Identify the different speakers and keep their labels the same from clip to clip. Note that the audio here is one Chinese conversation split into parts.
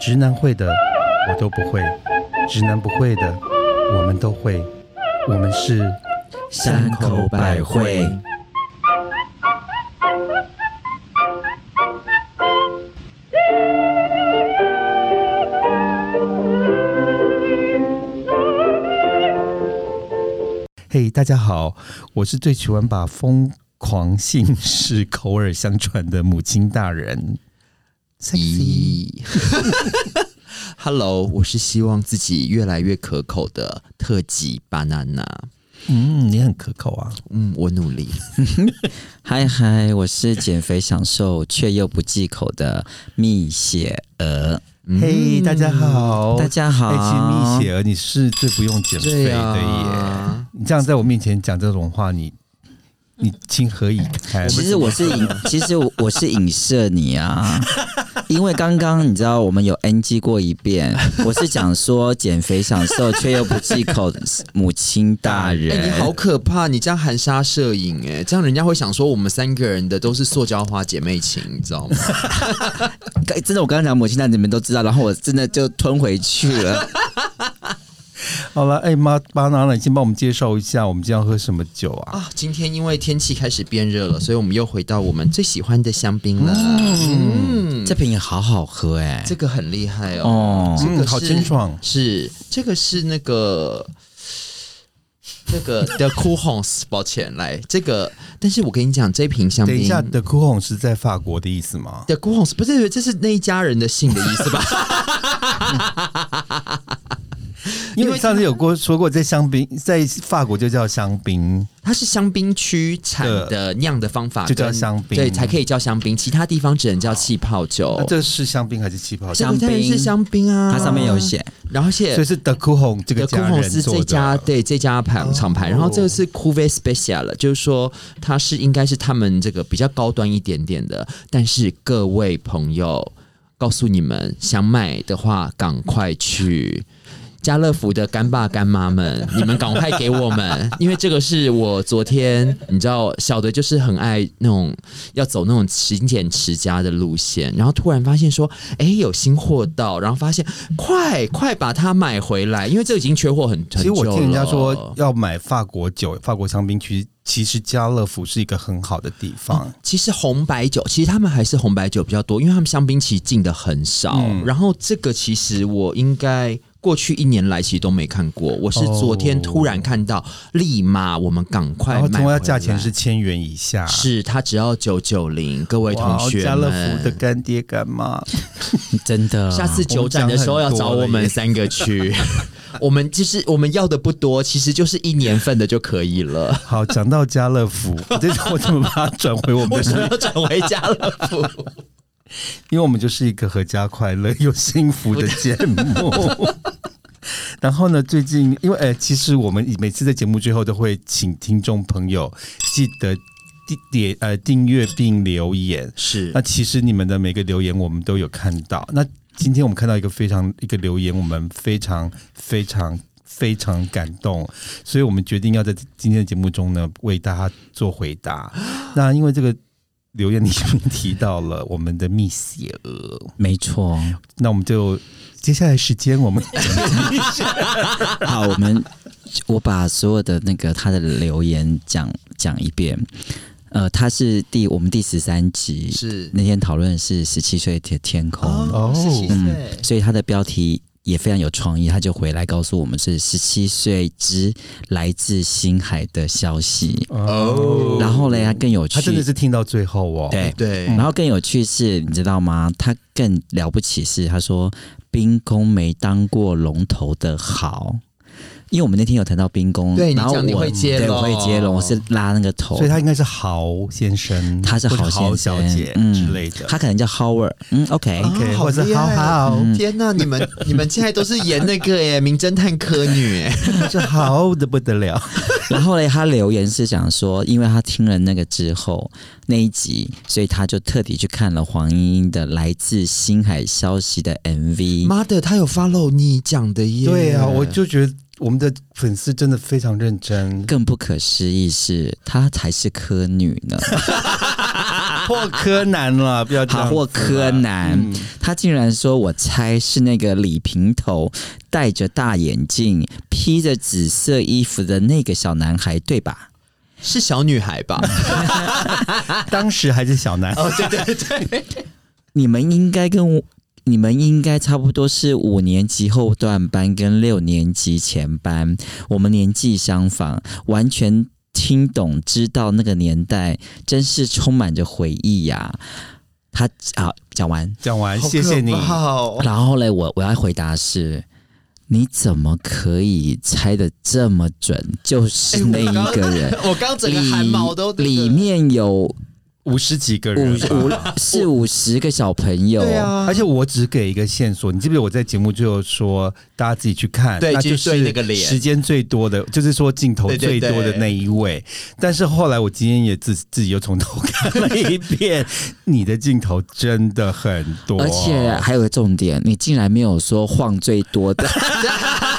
Speaker 1: 直男会的我都不会，直男不会的我们都会，我们是
Speaker 2: 山口百惠。
Speaker 1: 嘿大家好，我是最喜欢把疯狂姓氏口耳相传的母亲大人。sexy，
Speaker 2: 咦 Hello，我是希望自己越来越可口的特级 banana。
Speaker 1: 嗯，你很可口啊。
Speaker 2: 嗯，我努 力。
Speaker 3: 嗨嗨，我是减肥享受却又不忌口的蜜雪儿。
Speaker 1: 嘿、嗯大家
Speaker 2: 哦
Speaker 1: 好，
Speaker 3: 大家
Speaker 1: 哎、
Speaker 3: 好，
Speaker 1: 其实蜜雪儿，你是最不用减肥的耶！
Speaker 2: 啊
Speaker 1: 你这样在我面前讲这种话，你你情何以堪？
Speaker 3: 其实我是 影，其实我我是影射你啊，因为刚刚你知道我们有 NG 过一遍，我是讲说减肥享受却又不忌口的母亲大
Speaker 2: 哎、
Speaker 3: 人。
Speaker 2: 你好可怕！你这样含沙射影、哎，这样人家会想说我们三个人的都是塑胶花姐妹情，你知道吗？
Speaker 3: 刚真的，我刚刚讲母亲大人你们都知道，然后我真的就吞回去了。
Speaker 1: 好了，哎、妈巴拿了，你先帮我们介绍一下，我们今天要喝什么酒啊？
Speaker 2: 啊，今天因为天气开始变热了，所以我们又回到我们最喜欢的香槟了。嗯，
Speaker 3: 这瓶也好好喝哎、
Speaker 2: 这个很厉害哦。
Speaker 3: 哦，
Speaker 2: 这个
Speaker 1: 嗯，好
Speaker 2: 是
Speaker 1: 清爽。
Speaker 2: 是这个是那个那个 The Cool Homes，抱歉，来这个，但是我跟你讲，这瓶香
Speaker 1: 等一
Speaker 2: 槟
Speaker 1: 下，The c o u o n 是在法国的意思吗？
Speaker 2: The Cool Homes 不是，这是那一家人的姓的意思吧？
Speaker 1: 因为上次有过说过，在香槟，在法国就叫香槟。
Speaker 2: 它是香槟区产的酿的方法，
Speaker 1: 就叫
Speaker 2: 跟
Speaker 1: 香槟
Speaker 2: 对，才可以叫香槟，其他地方只能叫气泡酒
Speaker 1: 那。这是香槟还是气泡酒？
Speaker 2: 这个当然是香槟啊，
Speaker 3: 它上面有，写，
Speaker 2: 然后
Speaker 1: 所以
Speaker 2: 写。
Speaker 1: 是 The c o u o n 这个
Speaker 2: 的 c o
Speaker 1: 家
Speaker 2: o
Speaker 1: 人
Speaker 2: 是
Speaker 1: 做
Speaker 2: 这家
Speaker 1: 的。
Speaker 2: 对这家牌厂牌，然后这个是 Cuvée Special，了就是说它是应该是他们这个比较高端一点点的。但是各位朋友，告诉你们，想买的话赶快去。家乐福的干爸干妈们， 你们赶快给我们， 因为这个是我昨天，你知道，小的就是很爱那种要走那种勤俭持家的路线，然后突然发现说，哎、有新货到，然后发现快快把它买回来，因为这已经缺货很很久
Speaker 1: 其
Speaker 2: 了。
Speaker 1: 实我听人家说，要买法国酒、法国香槟，其实其实家乐福是一个很好的地方。
Speaker 2: 其实红白酒，其实他们还是红白酒比较多，因为他们香槟其实进的很少。
Speaker 1: 嗯
Speaker 2: 然后这个其实我应该过去一年来其实都没看过，我是
Speaker 1: 哦
Speaker 2: 昨天突然看到，立马我们赶快
Speaker 1: 然后
Speaker 2: 买
Speaker 1: 同
Speaker 2: 回
Speaker 1: 样
Speaker 2: 来。
Speaker 1: 价钱是千元以下，
Speaker 2: 是它只要九九零，各位同
Speaker 1: 哇
Speaker 2: 学
Speaker 1: 家乐
Speaker 2: 们
Speaker 1: 福的干爹干妈，
Speaker 3: 真的。
Speaker 2: 下次九展的时候要找我们三个去。 我们就是我们要的不多，其实就是一年份的就可 以了。
Speaker 1: 好，讲到家乐福，这是我怎么把它转回我们
Speaker 2: 为
Speaker 1: 的
Speaker 2: 什么
Speaker 1: 身？
Speaker 2: 要转回家乐福？
Speaker 1: 因为我们就是一个合家快乐又幸福的节目。然后呢，最近因为呃，其实我们每次在节目最后都会请听众朋友记得订点呃订阅并留言。
Speaker 2: 是
Speaker 1: 那其实你们的每个留言我们都有看到。那今天我们看到一个非常一个留言，我们非常非常非常感动，所以我们决定要在今天的节目中呢为大家做回答。那因为这个留言里面提到了我们的蜜雪儿，
Speaker 3: 没错，
Speaker 1: 那我们就接下来时间我们
Speaker 3: 好，我们我把所有的那个他的留言讲讲一遍。呃，他是第我们第十三集，
Speaker 2: 是
Speaker 3: 那天讨论的是十七岁的天空，
Speaker 2: 哦，十七
Speaker 1: 嗯
Speaker 2: 岁。
Speaker 3: 所以他的标题也非常有创意，他就回来告诉我们是十七岁之来自星海的消息。
Speaker 1: 哦，
Speaker 3: 然后嘞，他更有趣，
Speaker 1: 他真的是听到最后哦，
Speaker 3: 对
Speaker 2: 哎对，
Speaker 3: 然后更有趣是，你知道吗？他更了不起是，他说冰宫没当过龙头的好，因为我们那天有谈到冰宫，
Speaker 2: 对你
Speaker 3: 然后我
Speaker 2: 讲你会接
Speaker 3: 对，
Speaker 2: 龙
Speaker 3: 我会接龙，我是拉那个头，
Speaker 1: 所以他应该是豪先生，
Speaker 3: 他是豪
Speaker 1: 或者豪
Speaker 3: 先
Speaker 1: 小
Speaker 3: 生
Speaker 1: 姐
Speaker 3: 嗯
Speaker 1: 之类的。
Speaker 3: 他可能叫 Howard，嗯，OK，、
Speaker 2: 啊
Speaker 1: ，OK，
Speaker 2: 好
Speaker 1: 或者
Speaker 2: 厉害
Speaker 1: 好好，
Speaker 2: 天呐，你 们你们现在都是演那个耶，名侦探柯女 耶，
Speaker 1: 这好的不得了。
Speaker 3: 然后嘞，他留言是讲说，因为他听了那个之后那一集，所以他就特地去看了黄莺莺的《来自星海消息》的 MV，
Speaker 2: 妈的，她有 follow 你讲的耶。
Speaker 1: 对啊，我就觉得我们的粉丝真的非常 认真。
Speaker 3: 更不可思议是，她才是科女呢。
Speaker 1: 破柯南了，不要这样子啦。啊
Speaker 3: 好或柯南，
Speaker 1: 嗯
Speaker 3: 他竟然说我猜是那个李平头戴着大眼镜、披着紫色衣服的那个小男孩，对吧？
Speaker 2: 是小女孩 吧？
Speaker 1: 当时还是小男孩，
Speaker 2: 哦，对对对，
Speaker 3: 你们应该跟我。你们应该差不多是五年级后段班跟六年级前班，我们年纪相仿，完全听懂知道那个年代，真是充满着回忆呀、他啊，讲完，
Speaker 1: 讲
Speaker 2: 哎
Speaker 1: 完，谢谢你。
Speaker 2: 好可怕哦
Speaker 3: 然后嘞，我我要回答是，你怎么可以猜的这么准？就是那一个人，
Speaker 2: 我刚整个汗毛都
Speaker 3: 里里面有五
Speaker 1: 五十几个人吧，
Speaker 3: 五四五十个小朋友，
Speaker 2: 对啊，
Speaker 1: 而且我只给一个线索，你记不记得我在节目最后说，大家自己去看，
Speaker 2: 对
Speaker 1: 那就
Speaker 2: 就是对
Speaker 1: 是
Speaker 2: 那个脸
Speaker 1: 时间最多的，就是说镜头
Speaker 2: 对对
Speaker 1: 最
Speaker 2: 对
Speaker 1: 多的那一位。但是后来我今天也自自己又从头看了一遍，你的镜头真的很多，
Speaker 3: 而且还有个重点，你竟然没有说晃最 多的，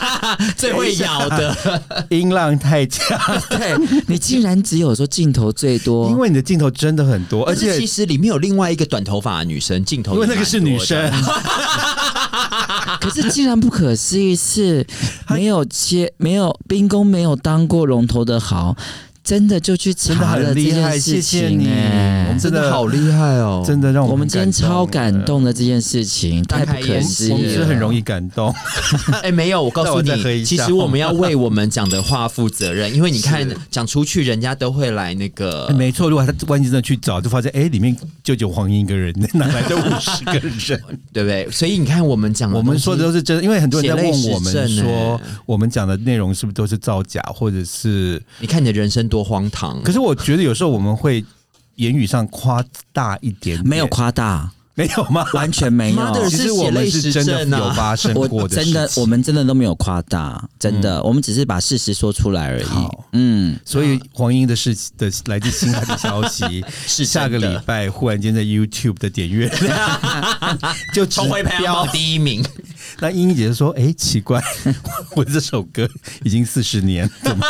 Speaker 2: 最会咬的，
Speaker 1: 音浪太强，
Speaker 3: 对你竟然只有说镜头最多，
Speaker 1: 因为你的镜头真的很多，而
Speaker 2: 而且
Speaker 1: 且
Speaker 2: 其实里面有另外一个短头发的女生，镜头
Speaker 1: 因为那个是女生，
Speaker 3: 可是竟然不可思议是没有接没有兵工没有当过龙头的好，真的就去
Speaker 1: 真的
Speaker 3: 查了
Speaker 1: 很
Speaker 3: 这
Speaker 1: 厉害，
Speaker 3: 件
Speaker 1: 谢
Speaker 3: 事
Speaker 1: 谢
Speaker 3: 情
Speaker 1: 你
Speaker 3: 哎、，
Speaker 1: 我们
Speaker 2: 真
Speaker 1: 真
Speaker 2: 的
Speaker 1: 的
Speaker 2: 好厉害哦，
Speaker 1: 真的让我
Speaker 3: 我们
Speaker 1: 很
Speaker 3: 今天超感
Speaker 1: 的。
Speaker 3: 动的这件事情，太不可思
Speaker 2: 是
Speaker 1: 我们
Speaker 3: 议
Speaker 1: 是
Speaker 3: 了。
Speaker 1: 很容易感动，
Speaker 2: 哎、没有，我告
Speaker 1: 那
Speaker 2: 诉
Speaker 1: 我再喝
Speaker 2: 你，
Speaker 1: 一
Speaker 2: 其
Speaker 1: 下
Speaker 2: 实我们要为我们讲的话负责任，因为你看讲出去，人家都会来那
Speaker 3: 呃
Speaker 2: 个。
Speaker 1: 没错。如果他关键真的去找，就发现哎、里面就只有黄英一个人，哪来的五十个人？
Speaker 2: 对不对？所以你看，我们讲
Speaker 1: 我们说的都
Speaker 2: 是
Speaker 1: 是真的，因为很多人在问我
Speaker 2: 血泪
Speaker 1: 们
Speaker 2: 实证
Speaker 1: 说
Speaker 2: 欸，
Speaker 1: 我们讲的内容是不是都是造假，或者是？
Speaker 2: 你看你的人生多荒唐。
Speaker 1: 可是我觉得有时候我们会言语上夸大一点点
Speaker 3: 没有夸大，
Speaker 1: 没有吗？
Speaker 3: 完全没
Speaker 2: 妈的
Speaker 3: 有。
Speaker 1: 其实我们是真的有发生过
Speaker 3: 啊我
Speaker 1: 的事
Speaker 3: 真
Speaker 1: 情，嗯
Speaker 3: 的，我们真的都没有夸大，真的，我们只是把事实说出来而已
Speaker 1: 好。
Speaker 3: 嗯，
Speaker 1: 所以黄英的事情的来自星海的消 息
Speaker 2: 是
Speaker 1: 下个
Speaker 2: 真的
Speaker 1: 礼拜忽然间在 YouTube 的点阅量就直
Speaker 2: 重回排行
Speaker 1: 飙
Speaker 2: 榜第一名，
Speaker 1: 那英英姐就说：“哎、奇怪， 我这首歌已经四十年，怎么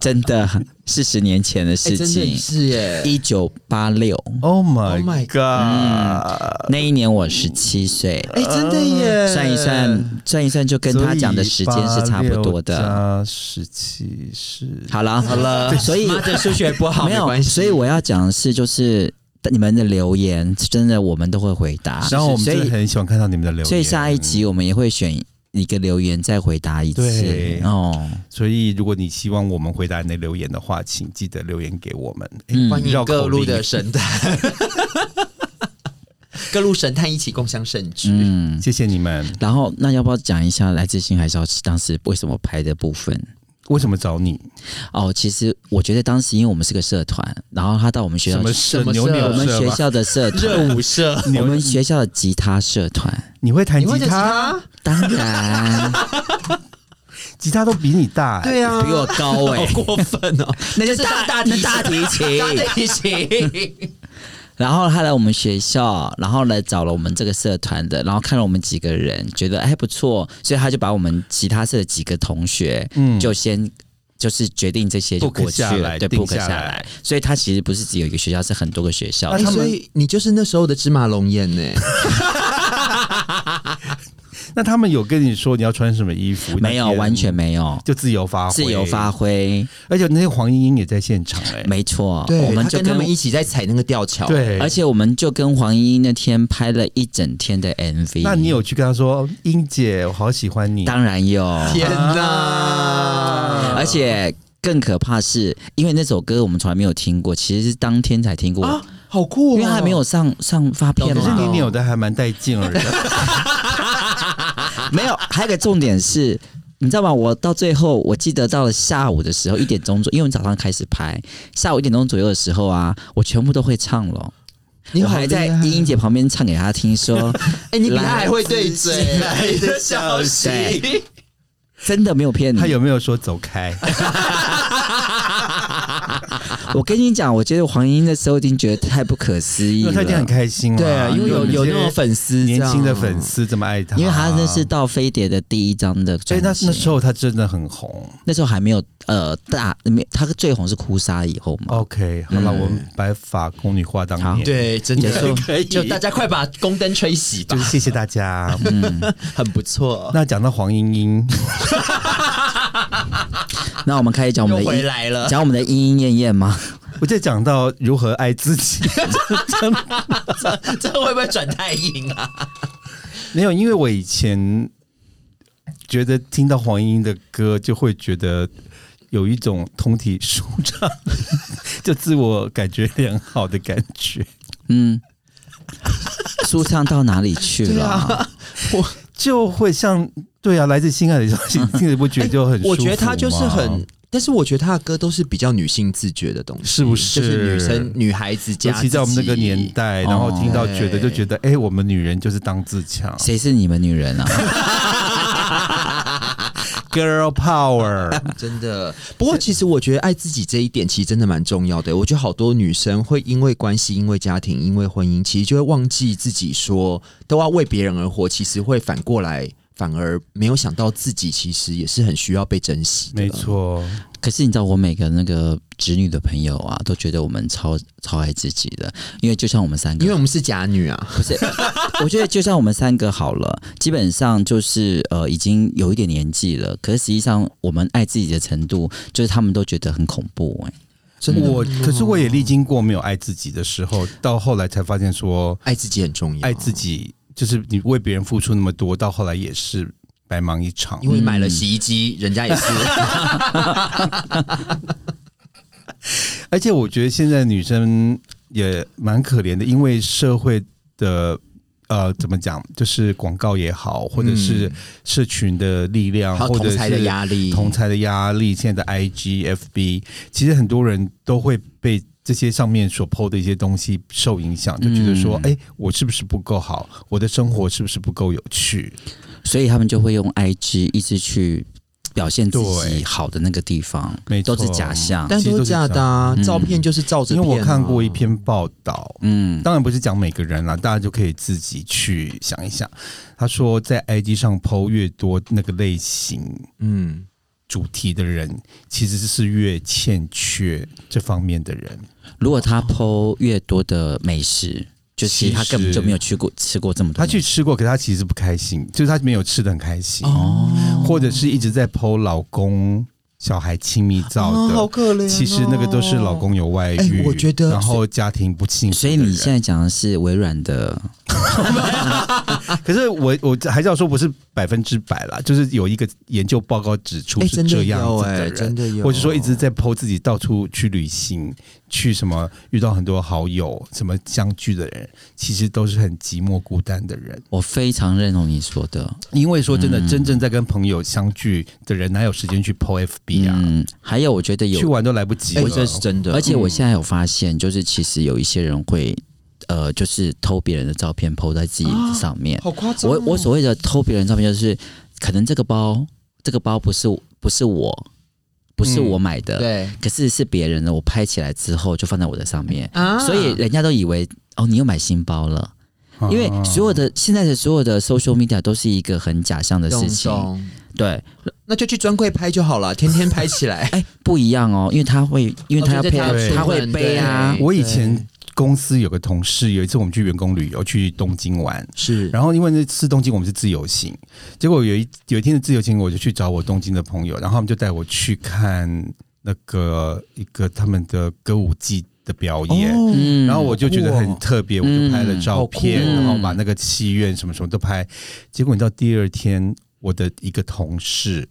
Speaker 3: 真的，四十年前的事情，
Speaker 2: 哎是耶！
Speaker 3: 一九八六
Speaker 1: ？Oh my
Speaker 2: Oh my
Speaker 1: god！、
Speaker 3: 那一年我十七岁，
Speaker 2: 哎、真的耶！
Speaker 3: 算一算，算一算，就跟他讲的时间是差不多的。
Speaker 1: 十七是
Speaker 3: 好了，
Speaker 2: 好了，
Speaker 3: 所以
Speaker 2: 妈的数学不好
Speaker 3: 没有，
Speaker 2: 关系，
Speaker 3: 所以我要讲的是，就是你们的留言，真的我们都会回答。
Speaker 1: 然后我们
Speaker 3: 所
Speaker 1: 真
Speaker 3: 以
Speaker 1: 的很喜欢看到你们的留言，
Speaker 3: 所以下一，集我们也会选一个留言再回答一次
Speaker 1: 对。
Speaker 3: 哦，
Speaker 1: 所以如果你希望我们回答你的留言的话，请记得留言给我们。哎
Speaker 3: 嗯
Speaker 2: 欢迎
Speaker 1: 绕口
Speaker 2: 各路
Speaker 1: 令
Speaker 2: 的神探， 各路神探一起共襄盛举。
Speaker 3: 嗯。
Speaker 1: 谢谢你们。
Speaker 3: 然后，那要不要讲一下《来自星海消失》当时为什么拍的部分？
Speaker 1: 为什么找你？
Speaker 3: 哦，其实我觉得当时因为我们是个社团，然后他到我们学校
Speaker 1: 什么
Speaker 3: 去，
Speaker 1: 社
Speaker 2: 什么社
Speaker 1: 牛
Speaker 3: 我
Speaker 1: 牛
Speaker 3: 们
Speaker 1: 社
Speaker 3: 学
Speaker 1: 吗？
Speaker 3: 校的社 团，
Speaker 2: 热舞社，
Speaker 3: 我们学校的吉他社团，
Speaker 1: 你会弹
Speaker 2: 你
Speaker 1: 吉
Speaker 2: 会弹吉
Speaker 1: 他？
Speaker 2: 他？
Speaker 3: 当然
Speaker 1: 吉他都比你大、哎
Speaker 2: 对啊，
Speaker 3: 比我高哎、
Speaker 2: 好过分哦！
Speaker 3: 那就
Speaker 2: 这
Speaker 3: 大
Speaker 2: 大
Speaker 3: 那大提琴
Speaker 2: 大提 琴，
Speaker 3: 然后他来我们学校，然后来找了我们这个社团的，然后看了我们几个人，觉得哎不错，所以他就把我们其他社的几个同学，嗯，
Speaker 1: 嗯
Speaker 3: 就先就是决定这些就
Speaker 1: book
Speaker 3: 过去
Speaker 1: 下
Speaker 3: 了，
Speaker 1: 来
Speaker 3: 对
Speaker 1: 定
Speaker 3: ，book
Speaker 1: 下来
Speaker 3: 来。所以他其实不是只有一个学校，是很多个学校
Speaker 1: 那
Speaker 3: 的。
Speaker 1: 他们
Speaker 2: 哎所以你就是那时候的芝麻龙眼呢？
Speaker 1: 那他们有跟你说你要穿什么衣服？
Speaker 3: 没有，
Speaker 1: 那天
Speaker 3: 完全没有，
Speaker 1: 就自由发挥，
Speaker 3: 自由发挥，
Speaker 1: 而且那些黄莺莺也在现场哎、
Speaker 3: 没错。我们
Speaker 2: 他
Speaker 3: 就
Speaker 2: 跟他们一起在踩那个吊桥。，
Speaker 1: 对，
Speaker 3: 而且我们就跟黄莺莺那天拍了一整天的 MV。
Speaker 1: 那你有去跟她说，哦英姐，我好喜欢你，
Speaker 3: 当然有，
Speaker 2: 天啊
Speaker 1: 啊
Speaker 2: 哪！
Speaker 3: 而且更可怕是，因为那首歌我们从来没有听过，其实是当天才听过，
Speaker 2: 啊，哦好酷哦！
Speaker 3: 因为它还没有上上发片
Speaker 1: 可是
Speaker 3: 嘛。
Speaker 1: 你扭的还蛮带劲儿的，
Speaker 2: 啊
Speaker 3: 没有，还有一个重点是。你知道吗？我到最后，我记得到了下午的时候一点钟左右，因为我们早上开始拍，下午一点钟左右的时候啊，我全部都会唱了。
Speaker 2: 你
Speaker 3: 我
Speaker 2: 好
Speaker 3: 还在
Speaker 2: 厉害
Speaker 3: 英英姐旁边唱给她听说，
Speaker 2: 哎，你比他还会对嘴，
Speaker 3: 来
Speaker 2: 来的消息
Speaker 3: 对。真的没有骗你
Speaker 1: 他。有没有说走开？
Speaker 3: 啊我跟你讲，我觉得黄莺莺那时候已经觉得太不可思议
Speaker 1: 因
Speaker 3: 了，
Speaker 1: 为他一定很开心啦
Speaker 2: 对啊，因为有有那
Speaker 1: 我们
Speaker 2: 种
Speaker 1: 这些
Speaker 2: 粉丝这
Speaker 1: 年
Speaker 2: 样，
Speaker 1: 轻的粉丝这么爱他，
Speaker 3: 因为他那是到飞碟的第一张的
Speaker 1: 所
Speaker 3: 专
Speaker 1: 以
Speaker 3: 辑，
Speaker 1: 那那时候他真的很红。
Speaker 3: 那时候还没有呃大，没他最红是哭砂以后嘛，
Speaker 1: OK，好了，我们白发宫女话当
Speaker 3: 好
Speaker 1: 年，，
Speaker 2: 对，真的
Speaker 3: 也
Speaker 1: 可以
Speaker 2: 就大家快把宫灯吹熄吧
Speaker 1: 就，是谢谢大家。
Speaker 2: 很不错。
Speaker 1: 那讲到黄莺莺，
Speaker 3: 哦那我们开始讲我们
Speaker 2: 又
Speaker 3: 的
Speaker 2: 回
Speaker 3: 莺
Speaker 2: 来了，
Speaker 3: 讲我们的莺莺燕燕吗？
Speaker 1: 我在讲到如何爱自己，
Speaker 2: 这会不会转太 硬啊？
Speaker 1: 没有，因为我以前觉得听到黄莺莺的歌，就会觉得有一种通体舒畅， 就自我感觉良好的感觉。
Speaker 3: 嗯， 舒畅到哪里去了？
Speaker 1: 就会像对啊，来自心爱的消息，听着不觉得就很舒服吗、
Speaker 2: 哎我觉得他就是很，但是我觉得他的歌都是比较女性自觉的东西，
Speaker 1: 是不是
Speaker 2: 就是女生、女孩子
Speaker 1: 尤
Speaker 2: 加，
Speaker 1: 其在我们那个年，
Speaker 2: 哦
Speaker 1: 代，然后听到觉得
Speaker 2: 对
Speaker 1: 就觉得，哎、我们女人就是当自强
Speaker 3: 谁是你们女人啊？
Speaker 1: ，girl power。
Speaker 2: 真的。不过，其实我觉得爱自己这一点其实真的蛮重要的。我觉得好多女生会因为关系、因为家庭、因为婚姻，其实就会忘记自己说都要为别人而活，其实会反过来。反而没有想到自己其实也是很需要被珍惜的，
Speaker 1: 没错，
Speaker 3: 可是你知道，我每个那个侄女的朋友啊，都觉得我们超超爱自己的，因为就像我们三个，
Speaker 2: 因为我们是假女啊，
Speaker 3: 不是， 我觉得就像我们三个好了，基本上就是呃，已经有一点年纪了，可是实际上我们爱自己的程度，就是他们都觉得很恐怖哎、
Speaker 2: 真的
Speaker 1: 我可是我也历经过没有爱自己的时候，到后来才发现说，
Speaker 2: 爱自己很重要，
Speaker 1: 爱自己就是你为别人付出那么多，到后来也是白忙一场。
Speaker 2: 因为买了洗衣机，人家也是
Speaker 1: 而且我觉得现在女生也蛮可怜的，因为社会的呃怎么讲，就是广告也好， 或者是社群的力量，
Speaker 2: 嗯还有
Speaker 1: 或者
Speaker 2: 同才的
Speaker 1: 是
Speaker 2: 压
Speaker 3: 嗯
Speaker 2: 力，
Speaker 1: 同才的压力，现在的 IG、FB，其实很多人都会被这些上面所 PO 的一些东西受影响，就觉得说，
Speaker 3: 嗯
Speaker 1: 哎、我是不是不够好？我的生活是不是不够有趣？
Speaker 3: 所以他们就会用 IG 一直去表现自
Speaker 1: 对
Speaker 3: 己好的那个地方，
Speaker 1: 没错
Speaker 3: 都是假象。
Speaker 2: 但
Speaker 1: 其实
Speaker 2: 都
Speaker 1: 都
Speaker 2: 是
Speaker 1: 是
Speaker 2: 假的、啊，照片啊就是照着、
Speaker 1: 因为我看过一，篇报道，
Speaker 3: 嗯，
Speaker 1: 当然不是讲每个人啦，大家就可以自己去想一想。他说，在 IG 上 PO 越多那个类型
Speaker 2: 嗯，
Speaker 1: 主题的人，其实是越欠缺这方面的人。
Speaker 3: 如果
Speaker 1: 哦
Speaker 3: 他剖越多的美食，就其实他根本就没有去过吃过这么多
Speaker 1: 他
Speaker 3: 美食。
Speaker 1: 去吃过，可是他其实不开心，就是他没有吃的很开心，
Speaker 2: 哦，
Speaker 1: 或者是一直在 PO 老公小孩亲密照
Speaker 2: 啊
Speaker 1: 的。
Speaker 2: 好可怜哦、
Speaker 1: 其实那个都是老公有外遇，
Speaker 2: 哎我觉得
Speaker 1: 然后家庭不幸福
Speaker 3: 所
Speaker 1: 的
Speaker 3: 以
Speaker 1: 人。
Speaker 3: 你现在讲的是微软的，
Speaker 1: 啊可是我我还是要说不是百分之百啦，就是有一个研究报告指出
Speaker 2: 哎、
Speaker 1: 是
Speaker 2: 真的
Speaker 1: 这样
Speaker 2: 有
Speaker 1: 子
Speaker 2: 哎、
Speaker 1: 的
Speaker 2: 真
Speaker 1: 人，
Speaker 2: 的有，哦
Speaker 1: 或者说一直在 PO 自己到处去旅行，去什么遇到很多好友，什么相聚的人，其实都是很寂寞孤单的人。
Speaker 3: 我非常认同你说的。
Speaker 1: 因为说
Speaker 3: 嗯
Speaker 1: 真的，真正在跟朋友相聚的人，哪有时间去 PO FB 啊？
Speaker 3: 嗯，还有我觉得有
Speaker 1: 去玩都来不及
Speaker 2: 哎、
Speaker 1: 了。
Speaker 2: 这是真的，
Speaker 3: 而且我
Speaker 2: 嗯
Speaker 3: 现在有发现，就是其实有一些人会，呃，就是偷别人的照片抛在自己上面。
Speaker 2: 啊好夸张哦、
Speaker 3: 我我所谓的偷别人照片，就是可能这个包，这个包不是不是我，不
Speaker 1: 嗯
Speaker 3: 是我买的，
Speaker 2: 对
Speaker 3: 可是是别人的，我拍起来之后就放在我的上面，
Speaker 2: 啊
Speaker 3: 所以人家都以为哦，你又买新包了。因为
Speaker 1: 啊
Speaker 3: 所有的现在的所有的 social media 都是一个很假象的事
Speaker 2: 懂
Speaker 3: 情，
Speaker 2: 懂，
Speaker 3: 对，。
Speaker 2: 那就去专柜拍就好了，天天拍起 来
Speaker 3: 哎，不一样哦，因为他会，因为他要
Speaker 2: 哦就
Speaker 3: 配
Speaker 2: 是
Speaker 1: 他
Speaker 3: 合，
Speaker 1: 对
Speaker 3: 他会背啊，
Speaker 1: 我以
Speaker 2: 对
Speaker 1: 前公司有个同事，有一次我们去员工旅游，去东京玩，
Speaker 2: 是，
Speaker 1: 然后因为那次东京我们是自由行，结果有一有一天的自由行，我就去找我东京的朋友，然后他们就带我去看那个一个他们的歌舞伎的表演。
Speaker 2: 哦，
Speaker 3: 嗯，
Speaker 1: 然后我就觉得
Speaker 2: 好酷
Speaker 1: 很
Speaker 2: 哦
Speaker 1: 特别，我就拍了照片，
Speaker 2: 嗯好酷哦
Speaker 1: 然后把那个戏院什么什么都拍。结果你知道第二天，我的一个同事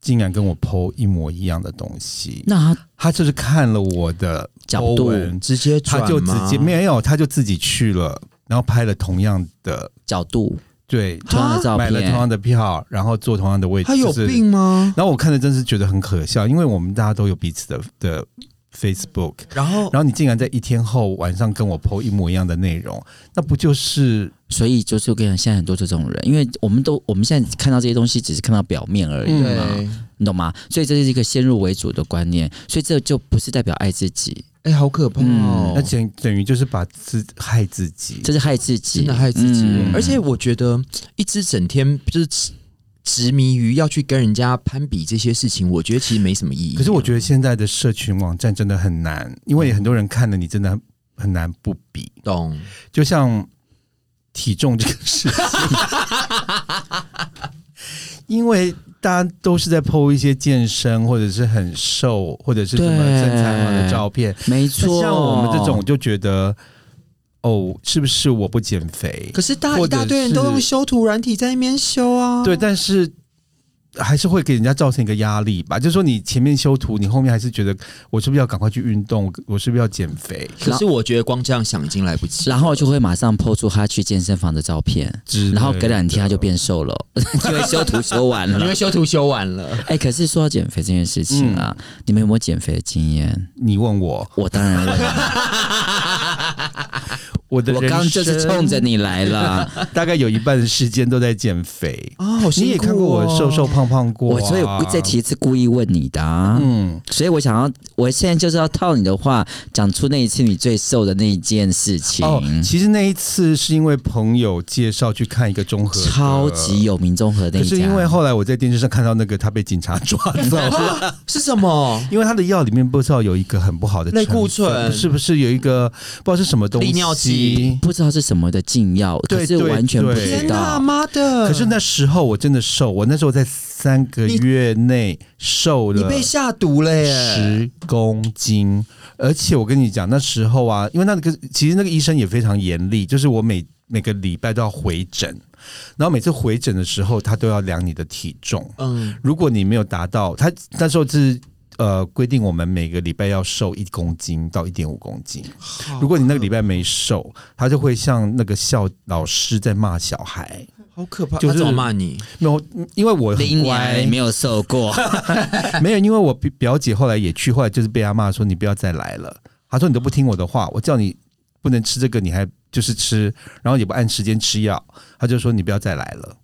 Speaker 1: 竟然跟我 PO 一模一样的东西，
Speaker 3: 那他
Speaker 1: 他就是看了我的
Speaker 3: 角度
Speaker 1: po 文
Speaker 2: 嗯直接转
Speaker 1: 他就直接
Speaker 2: 吗
Speaker 1: 没有，他就自己去了，然后拍了同样的，
Speaker 3: 角度
Speaker 1: 对，
Speaker 3: 同样的照
Speaker 1: 买了同样
Speaker 3: 片，
Speaker 1: 的票，然后坐同样的位置，
Speaker 2: 他有
Speaker 1: 就是
Speaker 2: 病吗？
Speaker 1: 然后我看着真是觉得很可笑，因为我们大家都有彼此的的 Facebook，
Speaker 2: 然后
Speaker 1: 然后你竟然在一天后晚上跟我 PO 一模一样的内容，那不就是
Speaker 3: 所以就是我跟你讲，现在很多这种人，因为我们都我们现在看到这些东西，只是看到表面而已
Speaker 1: 嗯
Speaker 3: 嘛，
Speaker 2: 对，
Speaker 3: 你懂吗？所以这是一个先入为主的观念，所以这就不是代表爱自己，
Speaker 2: 哎，好可怕哦！
Speaker 1: 那等等于就是把自害自己？
Speaker 3: 这是害自己，
Speaker 2: 真的害自己。
Speaker 3: 嗯
Speaker 2: 而且我觉得一直整天就是执执迷于要去跟人家攀比这些事情，我觉得其实没什么意义。
Speaker 1: 可是我觉得现在的社群网站真的很难，因为很多人看了你真的很很难不比。
Speaker 2: 懂，
Speaker 1: 就像体重这个事情，因为大家都是在 PO 一些健身或者是很瘦或者是什么
Speaker 3: 对
Speaker 1: 身材好的照片，
Speaker 3: 没
Speaker 1: 那
Speaker 3: 错。
Speaker 1: 像我们这种，就觉得哦，是不是我不减肥？
Speaker 2: 可是大
Speaker 1: 或
Speaker 2: 一
Speaker 1: 者
Speaker 2: 大堆人都用修图软体在那边修啊。
Speaker 3: 哦
Speaker 1: 对，但是。还是会给人家造成一个压力吧，就是说你前面修图，你后面还是觉得我是不是要赶快去运动，我是不是要减肥
Speaker 2: 可是我觉得光这样想已经来不及了。
Speaker 3: 然后就会马上抛出他去健身房的照片，
Speaker 1: 之类的？
Speaker 3: 然后隔两天他就变瘦了， 因为修图修完
Speaker 2: 因为
Speaker 3: 了。
Speaker 2: 修图修完了，
Speaker 3: 哎、可是说到减肥这件事情啊，
Speaker 1: 嗯
Speaker 3: 你们有没有减肥的经验？
Speaker 1: 你问我，
Speaker 3: 我 当然问了，
Speaker 1: 我的
Speaker 3: 我
Speaker 1: 人
Speaker 3: 刚刚就是
Speaker 1: 生
Speaker 3: 冲着你来了。
Speaker 1: 大概有一半的时间都在减 肥。
Speaker 3: 哦
Speaker 2: 啊，好辛苦
Speaker 1: 你也看过我瘦瘦胖胖过、
Speaker 3: 我
Speaker 1: 啊，
Speaker 3: 所以我这题是故意问你的、啊，
Speaker 1: 嗯，
Speaker 3: 所以我想要，我现在就是要套你的话，讲出那一次你最瘦的那一件事情，
Speaker 1: 哦，其实那一次是因为朋友介绍去看一个综合的
Speaker 3: 超级。有名综合
Speaker 1: 可
Speaker 3: 那一
Speaker 1: 是
Speaker 3: 家，
Speaker 1: 因为后来我在电视上看到那个他被警察抓 走了，
Speaker 2: 是什么？
Speaker 1: 因为他的药里面不知道有一个很不好的
Speaker 2: 类固
Speaker 1: 成分
Speaker 2: 醇
Speaker 1: 是不是有一个不知道是什么东西？
Speaker 2: 利尿剂
Speaker 3: 不知道是什么的禁药，
Speaker 1: 对
Speaker 3: 可是
Speaker 1: 对
Speaker 3: 完全不
Speaker 1: 对
Speaker 3: 知
Speaker 2: 天哪，
Speaker 3: 道。
Speaker 2: 妈的！
Speaker 1: 可是那时候我真的瘦，我那时候在三个月内瘦
Speaker 2: 你
Speaker 1: 了
Speaker 2: 被下毒了耶！
Speaker 1: 十公斤，而且我跟你讲，那时候啊，因为那个其实那个医生也非常严厉，就是我每每个礼拜都要回诊，然后每次回诊的时候，他都要量你的体重，
Speaker 2: 嗯，
Speaker 1: 如果你没有达到，他那时候是。呃，规定我们每个礼拜要瘦一公斤到一点五公斤。
Speaker 2: 哦
Speaker 1: 如果你那个礼拜没瘦，他就会像那个校老师在骂小孩。
Speaker 2: 好可怕，
Speaker 1: 就是
Speaker 2: 他怎么骂你？
Speaker 1: 没有，因为我
Speaker 3: 零
Speaker 1: 很乖
Speaker 3: 年，没有瘦 过，
Speaker 1: 没有，因为我表表姐后来也去，后来就是被她骂说你不要再来了。她说你都不听我的话，我叫你不能吃这个，你还就是吃，然后也不按时间吃药。她就说你不要再来了。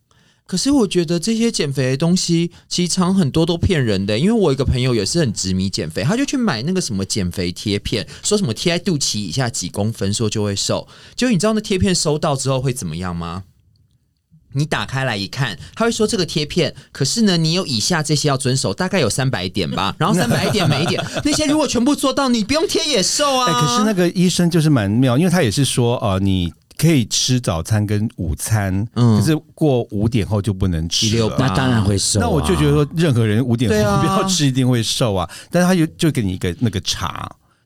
Speaker 2: 可是我觉得这些减肥的东西，其实常很多都骗人的。因为我有一个朋友也是很执迷减肥，他就去买那个什么减肥贴片，说什么贴在肚脐以下几公分，说就会瘦。结果你知道那贴片收到之后会怎么样吗？你打开来一看，他会说这个贴片，可是呢，你有以下这些要遵守，大概有三百点 吧。然后三百点每一点，那些如果全部做到，你不用贴也瘦啊。
Speaker 1: 哎、可是那个医生就是蛮妙，因为他也是说，呃，你可以吃早餐跟午餐，
Speaker 2: 嗯
Speaker 1: 可是过五点后就不能吃
Speaker 2: 16
Speaker 1: 了。
Speaker 3: 那当然会啊瘦、
Speaker 1: 那我就觉得，说，任何人五点
Speaker 2: 啊对
Speaker 1: 后
Speaker 2: 啊
Speaker 1: 不要吃，一定会瘦啊。但是他就就给你一个那个茶，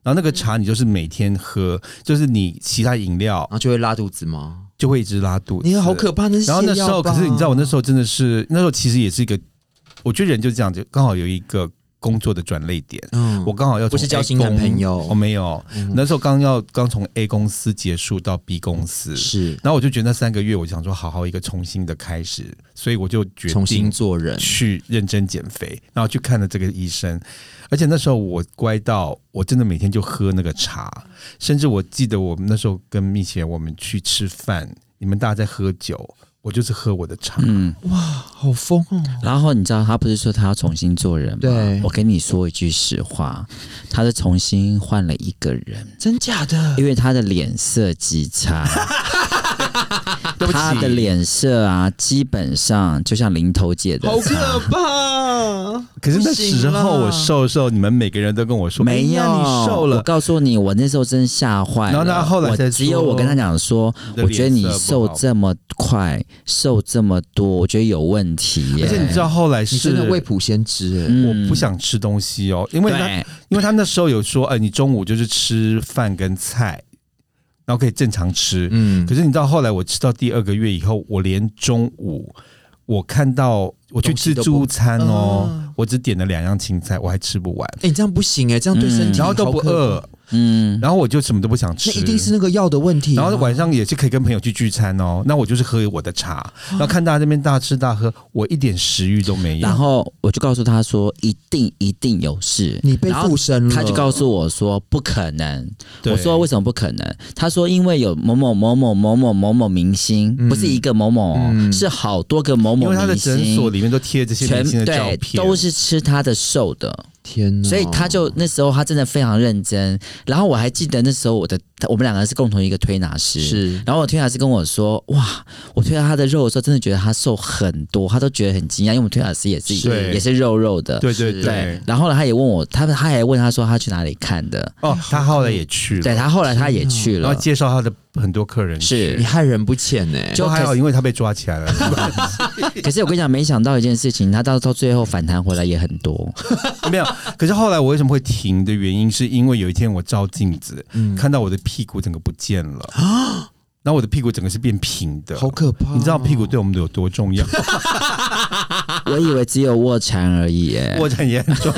Speaker 1: 然后那个茶你就是每天喝，就是你其他饮料
Speaker 2: 然啊后就会拉肚子吗？
Speaker 1: 就会一直拉肚子。
Speaker 2: 你好可怕，那是
Speaker 1: 然后那
Speaker 2: 泻
Speaker 1: 时
Speaker 2: 药
Speaker 1: 候，可
Speaker 2: 吧
Speaker 1: 是你知道，我那时候真的是那时候其实也是一个，我觉得人就是这样子，刚好有一个工作的转类点。
Speaker 2: 嗯
Speaker 1: 我刚好要
Speaker 2: 不
Speaker 1: 从
Speaker 2: 是
Speaker 1: A
Speaker 2: 交新男
Speaker 1: 公
Speaker 2: 朋友嗯
Speaker 1: 我、没有。那时候刚要刚从 A 公司结束到 B 公司，
Speaker 2: 是
Speaker 1: 然后我就觉得那三个月，我想说好好一个重新的开始，所以我就决
Speaker 2: 重新
Speaker 1: 定
Speaker 2: 做人，
Speaker 1: 去认真减肥，然后去看了这个医生。而且那时候我乖到我真的每天就喝那个茶，甚至我记得我们那时候跟蜜姐我们去吃饭，你们大家在喝酒，我就是喝我的茶。
Speaker 3: 嗯，
Speaker 2: 好疯哦！
Speaker 3: 然后你知道他不是说他要重新做人吗？
Speaker 2: 对
Speaker 3: 我跟你说一句实话，他是重新换了一个人，
Speaker 2: 真假的？
Speaker 3: 因为他的脸色极差。
Speaker 1: 对不起
Speaker 3: 他的脸色啊，基本上就像零头姐的
Speaker 2: 好
Speaker 3: 差，
Speaker 1: 啊
Speaker 2: 可怕！
Speaker 1: 可是那时候我
Speaker 2: 不行啦，
Speaker 1: 瘦的时候，你们每个人都跟我说：“
Speaker 3: 没有、
Speaker 1: 哎呀你瘦
Speaker 3: 我
Speaker 1: 了。
Speaker 3: 告诉你，我那时候真吓坏了。
Speaker 1: 然后他后来
Speaker 3: 我
Speaker 1: 才
Speaker 3: 只有
Speaker 1: 说
Speaker 3: 我跟他讲说，
Speaker 1: 你的
Speaker 3: 我觉得
Speaker 1: 脸
Speaker 3: 你
Speaker 1: 色不
Speaker 3: 瘦
Speaker 1: 好
Speaker 3: 这么快，瘦这么多，我觉得有问题”耶。
Speaker 1: 而且你知道后来
Speaker 2: 你
Speaker 1: 是
Speaker 2: 真的未卜先知哎、
Speaker 3: 嗯，
Speaker 1: 我不想吃东西哦，因为他
Speaker 3: 对
Speaker 1: 因为他那时候有说：“哎，你中午就是吃饭跟菜，然后可以正常吃。”
Speaker 2: 嗯
Speaker 1: 可是你到后来，我吃到第二个月以后，我连中午我看到我去吃自助餐
Speaker 2: 东西都
Speaker 1: 哦
Speaker 2: 不，啊
Speaker 1: 我只点了两样青菜，我还吃不完，
Speaker 2: 哎、你这样不行哎、这样对身
Speaker 1: 嗯
Speaker 2: 体、
Speaker 1: 然后都不饿，
Speaker 3: 嗯，
Speaker 1: 然后我就什么都不想吃，
Speaker 2: 那一定是那个药的问题啊、
Speaker 1: 然后晚上也是可以跟朋友去聚餐哦，那我就是喝我的茶，然后看大家这边大吃大喝，我一点食欲都没有
Speaker 3: 然。后我就告诉他说，一定一定有事，
Speaker 2: 你被
Speaker 3: 然后
Speaker 2: 附身了，
Speaker 3: 他就告诉我说不可能，
Speaker 1: 嗯对
Speaker 3: 我说为什么不可能？他说因为有某某某某某某某某明星，不是一个某某哦，
Speaker 1: 嗯
Speaker 3: 是好多个某
Speaker 1: 因
Speaker 3: 某
Speaker 1: 为他的
Speaker 3: 明
Speaker 1: 诊所
Speaker 3: 星，
Speaker 1: 里面都贴这些明星的照
Speaker 3: 对
Speaker 1: 片，嗯
Speaker 3: 都是吃他的瘦的，
Speaker 2: 天哪，
Speaker 3: 所以他就那时候他真的非常认真。然后我还记得那时候我的我们两个是共同一个推拿师，
Speaker 2: 是
Speaker 3: 然后我推拿师跟我说：“哇，我推到他的肉的时候，真的觉得他瘦很多，他都觉得很惊讶，因为我们推拿师也是
Speaker 1: 是
Speaker 3: 也是肉肉的。
Speaker 1: 对对
Speaker 2: 是
Speaker 1: 对。
Speaker 3: 然后呢，他也问我，他他还问他说他去哪里看的，
Speaker 1: 哦，他后来也去了，哦
Speaker 3: 对他后来他也去
Speaker 1: 然
Speaker 3: 了
Speaker 1: 后，介绍他的很多客人
Speaker 3: 是
Speaker 2: 你害人不浅欸呢、
Speaker 1: 就
Speaker 3: 就
Speaker 1: 还
Speaker 3: 可
Speaker 1: 好，因为他被抓起来了，
Speaker 3: 可是我跟你讲，没想到一件事情，他到到最后反弹回来也很 多，
Speaker 1: 没有。可是后来我为什么会停的原因，是因为有一天我照镜子，
Speaker 2: 嗯
Speaker 1: 看到我的屁股整个不见了， 然后我的屁股整个是变平的，
Speaker 2: 好可怕哦、
Speaker 1: 你知道屁股对我们有多 重要？
Speaker 3: 我以为只有卧蚕而已耶。
Speaker 1: 我很严重。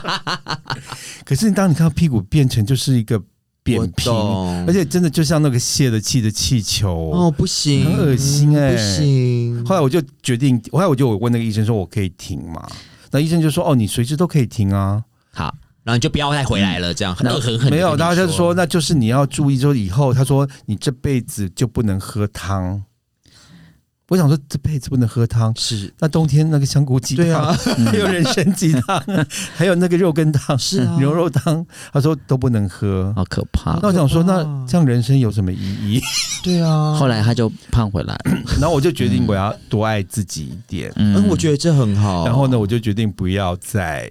Speaker 1: 可是当你看到屁股变成就是一个扁平
Speaker 2: 我懂，
Speaker 1: 而且真的就像那个泄了气的气球。
Speaker 2: 哦，不行，嗯
Speaker 1: 很恶心欸
Speaker 2: 不行。
Speaker 1: 后来我就决定，后来我就问那个医生说：“我可以停吗？”那医生就说：“哦，你随时都可以停啊。
Speaker 3: 好，
Speaker 2: 然后你就不要再回来了，这样很恶狠狠地
Speaker 1: 没有，
Speaker 2: 跟你
Speaker 1: 然后他就说：“那就是你要注意，说以后他说你这辈子就不能喝汤。”我想说这辈子不能喝汤，
Speaker 2: 是
Speaker 1: 那冬天那个香菇鸡汤，
Speaker 2: 对啊
Speaker 1: 还有人参鸡汤， 还有那个肉羹汤、
Speaker 2: 是啊哦
Speaker 1: 牛肉汤，他说都不能喝。
Speaker 3: 好可怕
Speaker 1: 那。我想说，
Speaker 2: 好可怕
Speaker 1: 那这样人生有什么意义？
Speaker 2: 对啊。
Speaker 3: 后来他就胖回来，
Speaker 1: 然后我就决定我要多爱自己一点。
Speaker 2: 嗯，
Speaker 3: 嗯，
Speaker 2: 我觉得这很好。
Speaker 1: 然后呢，我就决定不要再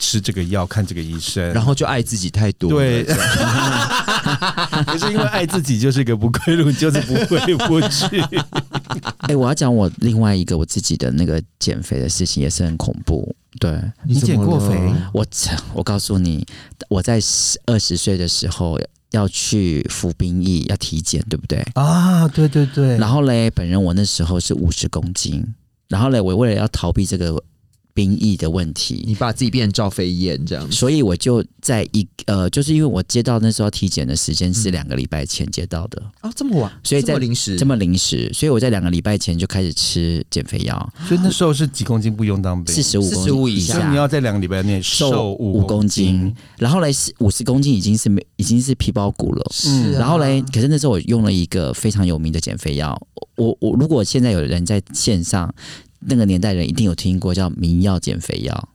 Speaker 1: 吃这个药，看这个医生。
Speaker 2: 然后就爱自己太多了。
Speaker 1: 对，可是因为爱自己就是个不归路，就是不会过去。
Speaker 3: 哎、我要讲我另外一个我自己的那个减肥的事情，也是很恐怖。对，
Speaker 2: 你怎么
Speaker 1: 你减
Speaker 2: 了
Speaker 1: 过肥
Speaker 3: 我操我告诉你，我在二十岁的时候要去服兵役，要体检，对不对？
Speaker 1: 啊？对对对
Speaker 3: 然后嘞，本人我那时候是五十公斤，然后嘞，我为了要逃避这个兵役的问题，
Speaker 2: 你把自己变成赵飞燕这样子。
Speaker 3: 所以我就在一呃，就是因为我接到那时候体检的时间是两个礼拜前接到的，
Speaker 2: 啊，这么晚，
Speaker 3: 所以在
Speaker 2: 这么临时，
Speaker 3: 这么临时，所以我在两个礼拜前就开始吃减肥药，
Speaker 1: 所以那时候是几公斤不用当兵，
Speaker 3: 四十五公
Speaker 2: 45
Speaker 3: 斤
Speaker 2: 以
Speaker 3: 以
Speaker 2: 下
Speaker 1: 所以你
Speaker 3: 下。
Speaker 1: 要在两个礼拜内
Speaker 3: 瘦
Speaker 1: 五
Speaker 3: 五公斤，，然后嘞，五十公斤已经是没，已经是皮包骨了。
Speaker 1: 嗯
Speaker 2: 是啊
Speaker 3: 然后嘞，可是那时候我用了一个非常有名的减肥药，我我如果现在有人在线上，那个年代人一定有听过叫明药减肥药，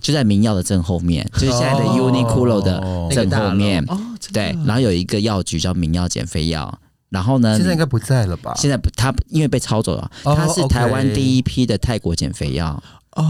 Speaker 3: 就在明药的正后面，就是现在的
Speaker 1: 哦
Speaker 3: Uniqlo 的
Speaker 1: 哦
Speaker 2: 那个
Speaker 3: 正
Speaker 2: 大
Speaker 3: 后
Speaker 2: 楼
Speaker 3: 面，
Speaker 2: 哦，真的
Speaker 3: 对，然后有一个药局叫明药减肥药，然后呢，
Speaker 1: 现在应该不在了吧？
Speaker 3: 嗯现在不他因为被抄走了，
Speaker 1: 哦
Speaker 3: 他是
Speaker 1: OK
Speaker 3: 台湾第一批的泰国减肥药啊、啊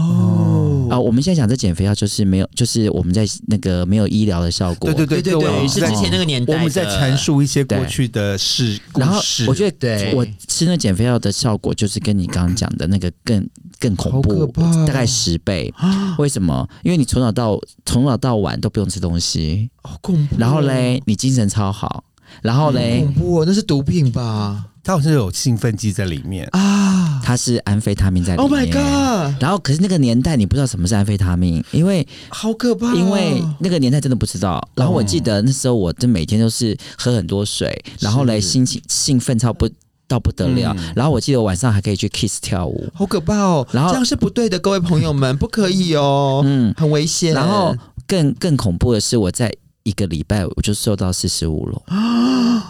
Speaker 2: 哦
Speaker 3: 我们现在讲这减肥药就是没有，就是我们在那个没有医疗的效果，
Speaker 1: 对对对
Speaker 2: 对
Speaker 1: 我
Speaker 2: 对，
Speaker 1: 们
Speaker 2: 是
Speaker 1: 在
Speaker 2: 之前那个年代
Speaker 1: 我
Speaker 2: 的，
Speaker 1: 们在阐述一些过去的事故
Speaker 3: 然后
Speaker 1: 事。
Speaker 3: 我觉得
Speaker 2: 对
Speaker 3: 我吃那减肥药的效果，就是跟你刚刚讲的那个更更恐
Speaker 2: 好可
Speaker 3: 怖，
Speaker 2: 怕哦
Speaker 3: 大概十倍。为什么？因为你从早到从早到晚都不用吃东西，
Speaker 2: 好恐怖哦，
Speaker 3: 然后嘞，你精神超好，然后嘞，
Speaker 2: 恐怖哦，那是毒品吧？
Speaker 1: 他好像有兴奋剂在里面，
Speaker 2: 啊
Speaker 3: 它是安非他命在里面。
Speaker 2: ，Oh my god，
Speaker 3: 然后，可是那个年代你不知道什么是安非他命，因为
Speaker 2: 好可怕哦，
Speaker 3: 因为那个年代真的不知道。然后我记得那时候我就每天都是喝很多水，然后嘞
Speaker 2: 是嗯
Speaker 3: 心情兴奋到不到不得了。然后我记得晚上还可以去 kiss 跳舞，
Speaker 2: 好可怕哦！
Speaker 3: 然后
Speaker 2: 这样是不对的，各位朋友们，不可以哦，
Speaker 3: 嗯，
Speaker 2: 很危险。
Speaker 3: 然后更更恐怖的是，我在一个礼拜我就瘦到四十五了，
Speaker 2: 哦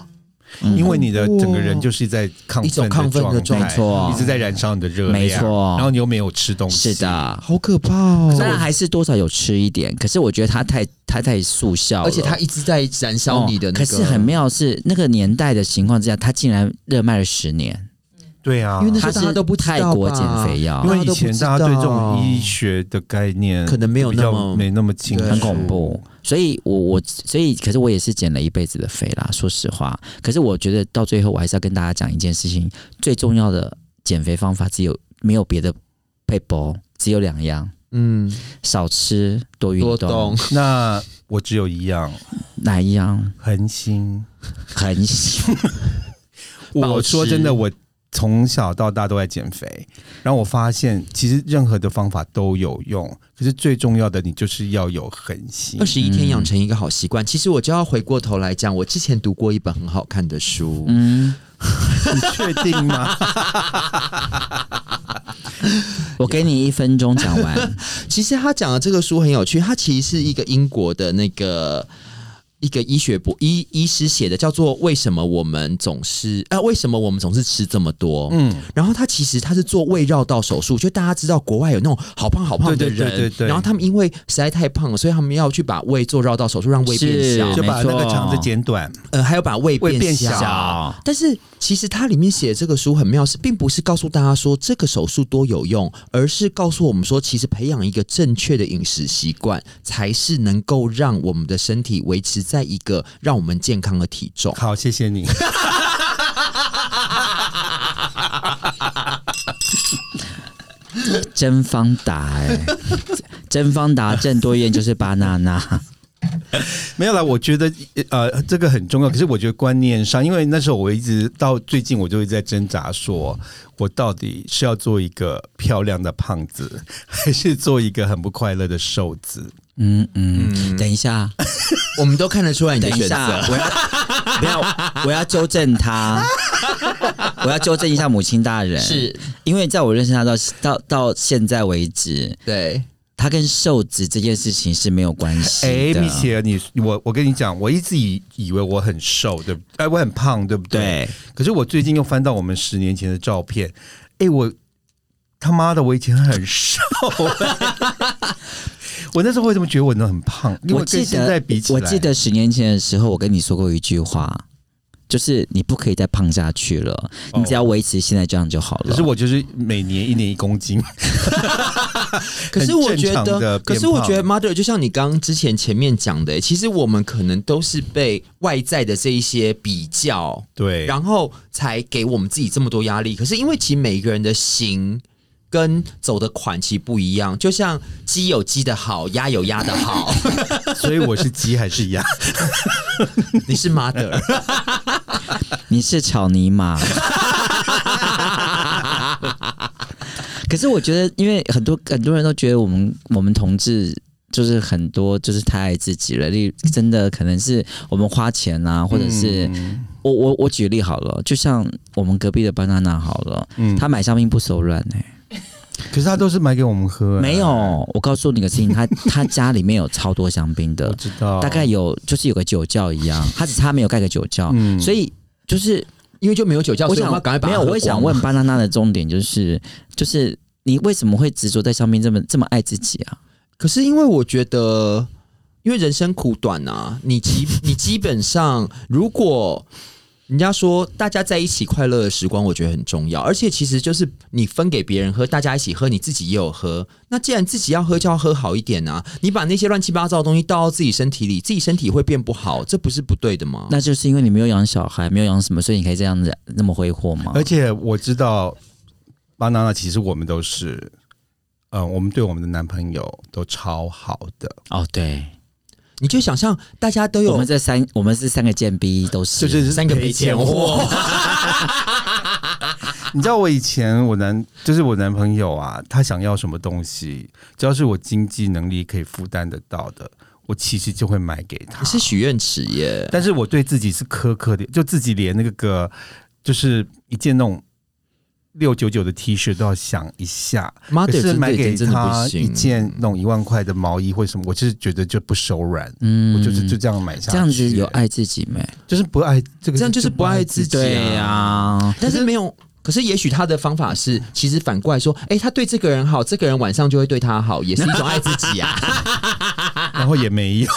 Speaker 1: 因为你的整个人就是在亢
Speaker 2: 一种亢奋
Speaker 1: 奋
Speaker 2: 的
Speaker 1: 的状
Speaker 2: 状态
Speaker 1: 态，
Speaker 3: 没错
Speaker 1: 一直在燃烧你的热量，
Speaker 3: 没错
Speaker 1: 然后你又没有吃东西，
Speaker 3: 是，的。
Speaker 2: 好可怕哦！
Speaker 3: 当然还是多少有吃一点，可是我觉得它太它太速效了，哦
Speaker 2: 而且它一直在燃烧你的那个，
Speaker 3: 可是很妙是那个年代的情况之下，它竟然热卖了十年，
Speaker 1: 对啊，
Speaker 2: 因为那时
Speaker 3: 它
Speaker 2: 候大家
Speaker 3: 是
Speaker 2: 都不知道
Speaker 3: 泰国减肥药
Speaker 1: 因
Speaker 2: 吧，
Speaker 1: 为以前大家对这种医学的概念
Speaker 2: 可能没有
Speaker 1: 比
Speaker 2: 那
Speaker 1: 较
Speaker 2: 么
Speaker 1: 没那么清楚，
Speaker 2: 对
Speaker 3: 很恐怖。所以我我所以可是我也是减了一辈子的肥啦，说实话。可是我觉得到最后我还是要跟大家讲一件事情，最重要的减肥方法只有没有别的配博，只有两样。
Speaker 2: 嗯
Speaker 3: 少吃多运
Speaker 2: 多
Speaker 3: 动，
Speaker 2: 动，
Speaker 1: 嗯 那我只有一样，
Speaker 3: 哪一样
Speaker 1: 恒心。
Speaker 3: 很喜
Speaker 1: 我说真的，我从小到大都在减肥，然后我发现其实任何的方法都有用，可是最重要的你就是要有恒心
Speaker 2: 二。十一天养成一个好习惯，其实我就要回过头来讲，我之前读过一本很好看的书，
Speaker 3: 嗯，
Speaker 1: 你确定 吗？
Speaker 3: 我给你一分钟讲 完。
Speaker 2: 其实他讲的这个书很有趣，它其实是一个英国的那个一个医学博医医师写的，叫做《为什么我们总是呃为什么我们总是吃这么多》。嗯，然后他其实他是做胃绕道手术，就大家知道国外有那种好胖好胖的
Speaker 1: 对
Speaker 2: 人，
Speaker 1: 对对对对
Speaker 2: 然后他们因为实在太胖了，所以他们要去把胃做绕道手术，让胃变
Speaker 3: 是
Speaker 2: 小
Speaker 1: 就，把那
Speaker 3: 没
Speaker 1: 个
Speaker 3: 错
Speaker 1: 肠子剪短，
Speaker 2: 呃，还有把胃
Speaker 1: 胃变
Speaker 2: 小。
Speaker 1: 小
Speaker 2: 但是其实它里面写的这个书很妙，是并不是告诉大家说这个手术多有用，而是告诉我们说，其实培养一个正确的饮食习惯，才是能够让我们的身体维持在一个让我们健康的体 重。
Speaker 1: 好，谢谢你。
Speaker 3: 真方达、哎，真方达郑多燕就是巴娜娜，
Speaker 1: 没有啦，我觉得呃，这个很重要。可是我觉得观念上，因为那时候我一直到最近，我就一直在挣扎说，我到底是要做一个漂亮的胖子，还是做一个很不快乐的瘦子？
Speaker 3: 嗯嗯，等一下，
Speaker 2: 我们都看得出来你的
Speaker 3: 等一
Speaker 2: 选
Speaker 3: 下，
Speaker 2: 择。
Speaker 3: 我要不要？我要纠正 他，我要纠正一下母亲大人，
Speaker 2: 是
Speaker 3: 因为在我认识他到到到现在为止，
Speaker 2: 对，
Speaker 3: 他跟瘦子这件事情是没有关系
Speaker 1: 哎，
Speaker 3: 的。
Speaker 1: 米姐，你我我跟你讲，我一直以以为我很瘦，对不对？哎，我很胖，对不对？
Speaker 3: 对，
Speaker 1: 可是我最近又翻到我们十年前的照片，哎，我他妈的，我以前很瘦、哎 我那时候为什么觉得我那很胖？因为
Speaker 3: 我
Speaker 1: 跟
Speaker 3: 记
Speaker 1: 现在
Speaker 3: 得
Speaker 1: 比起来，
Speaker 3: 我记得十年前的时候，我跟你说过一句话，就是你不可以再胖下去了，
Speaker 1: 哦
Speaker 3: 你只要维持现在这样就好了。
Speaker 1: 可是我就是每年一年一公斤，
Speaker 2: 可是我
Speaker 1: 很正
Speaker 2: 觉
Speaker 1: 常
Speaker 2: 得
Speaker 1: 的，
Speaker 2: 可
Speaker 1: 变
Speaker 2: 是我觉得
Speaker 1: 胖
Speaker 2: ，mother 就像你刚刚之前前面讲的、其实我们可能都是被外在的这一些比较，
Speaker 1: 对，
Speaker 2: 然后才给我们自己这么多压力。可是因为其实每个人的型跟走的款其实不一样，就像鸡有鸡的好，鸭有鸭的好。
Speaker 1: 所以我是鸡还是 鸭？
Speaker 2: 你是 mother，
Speaker 3: 你是草 泥马。可是我觉得，因为很多很多人都觉得我们我们同志就是很多就是太爱自己了，例真的可能是我们花钱啊，或者是、
Speaker 1: 嗯
Speaker 3: 我我我举例好了，就像我们隔壁的 banana 好了，
Speaker 1: 嗯
Speaker 3: 他买香槟不手软哎、
Speaker 1: 可是他都是买给我们喝、哎
Speaker 3: 没有，，我告诉你个事情，他他家里面有超多香槟
Speaker 1: 我
Speaker 3: 的，
Speaker 1: 知道，
Speaker 3: 大概有就是有个酒窖一样，他只差没有盖个酒窨，
Speaker 1: 嗯
Speaker 3: 所以就是
Speaker 2: 因为就没有酒窖，
Speaker 3: 我
Speaker 2: 所以
Speaker 3: 想
Speaker 2: 我们要赶快把
Speaker 3: 没
Speaker 2: 它
Speaker 3: 有，
Speaker 2: 喝
Speaker 3: 我也想
Speaker 2: 光
Speaker 3: 问，巴娜娜的重点就是，就是你为什么会执着在香槟这么这么爱自己啊？
Speaker 2: 可是因为我觉得，因为人生苦短啊，你基你基本上如果。人家说，大家在一起快乐的时光，我觉得很重要。而且其实就是你分给别人喝，大家一起喝，你自己也有喝。那既然自己要喝，就要喝好一点啊！你把那些乱七八糟的东西倒到自己身体里，自己身体会变不好，这不是不对的吗？
Speaker 3: 那就是因为你没有养小孩，没有养什么，所以你可以这样子那么挥霍
Speaker 2: 啊
Speaker 3: 吗？
Speaker 1: 而且我知道，巴娜娜其实我们都是，嗯，我们对我们的男朋友都超好的，
Speaker 2: 啊
Speaker 3: 哦，对，
Speaker 2: 你就想象大家都
Speaker 3: 我
Speaker 2: 有
Speaker 3: 们这三我们是三个贱逼都是，
Speaker 1: 就是
Speaker 2: 三个
Speaker 1: 赔
Speaker 2: 赔钱
Speaker 1: 钱货。
Speaker 2: 货，
Speaker 1: 你知道我以前我男就是我男朋友啊，他想要什么东西，只要是我经济能力可以负担得到的，我其实就会买给他
Speaker 2: 你。是许愿池耶。
Speaker 1: 但是我对自己是苛刻的，就自己连那个就是一件那种六九九的 T 恤都要想一下，可
Speaker 2: Mother
Speaker 1: 是
Speaker 2: 真
Speaker 1: 买
Speaker 2: 的已
Speaker 1: 给
Speaker 2: 经真的
Speaker 1: 他
Speaker 2: 不
Speaker 1: 一
Speaker 2: 行，
Speaker 1: 件那种一万块的毛衣或什么，我就是觉得就不手软，
Speaker 3: 嗯
Speaker 1: 我就是就这样买下去。
Speaker 3: 这样子有，爱自己没？
Speaker 1: 就是不爱这个，
Speaker 2: 这样就是不爱自己啊
Speaker 1: 对
Speaker 3: 呀、啊，
Speaker 2: 但是没有。可是，也许他的方法是，其实反过来说，哎、他对这个人好，这个人晚上就会对他好，也是一种爱自己啊。
Speaker 1: 然后也没 有，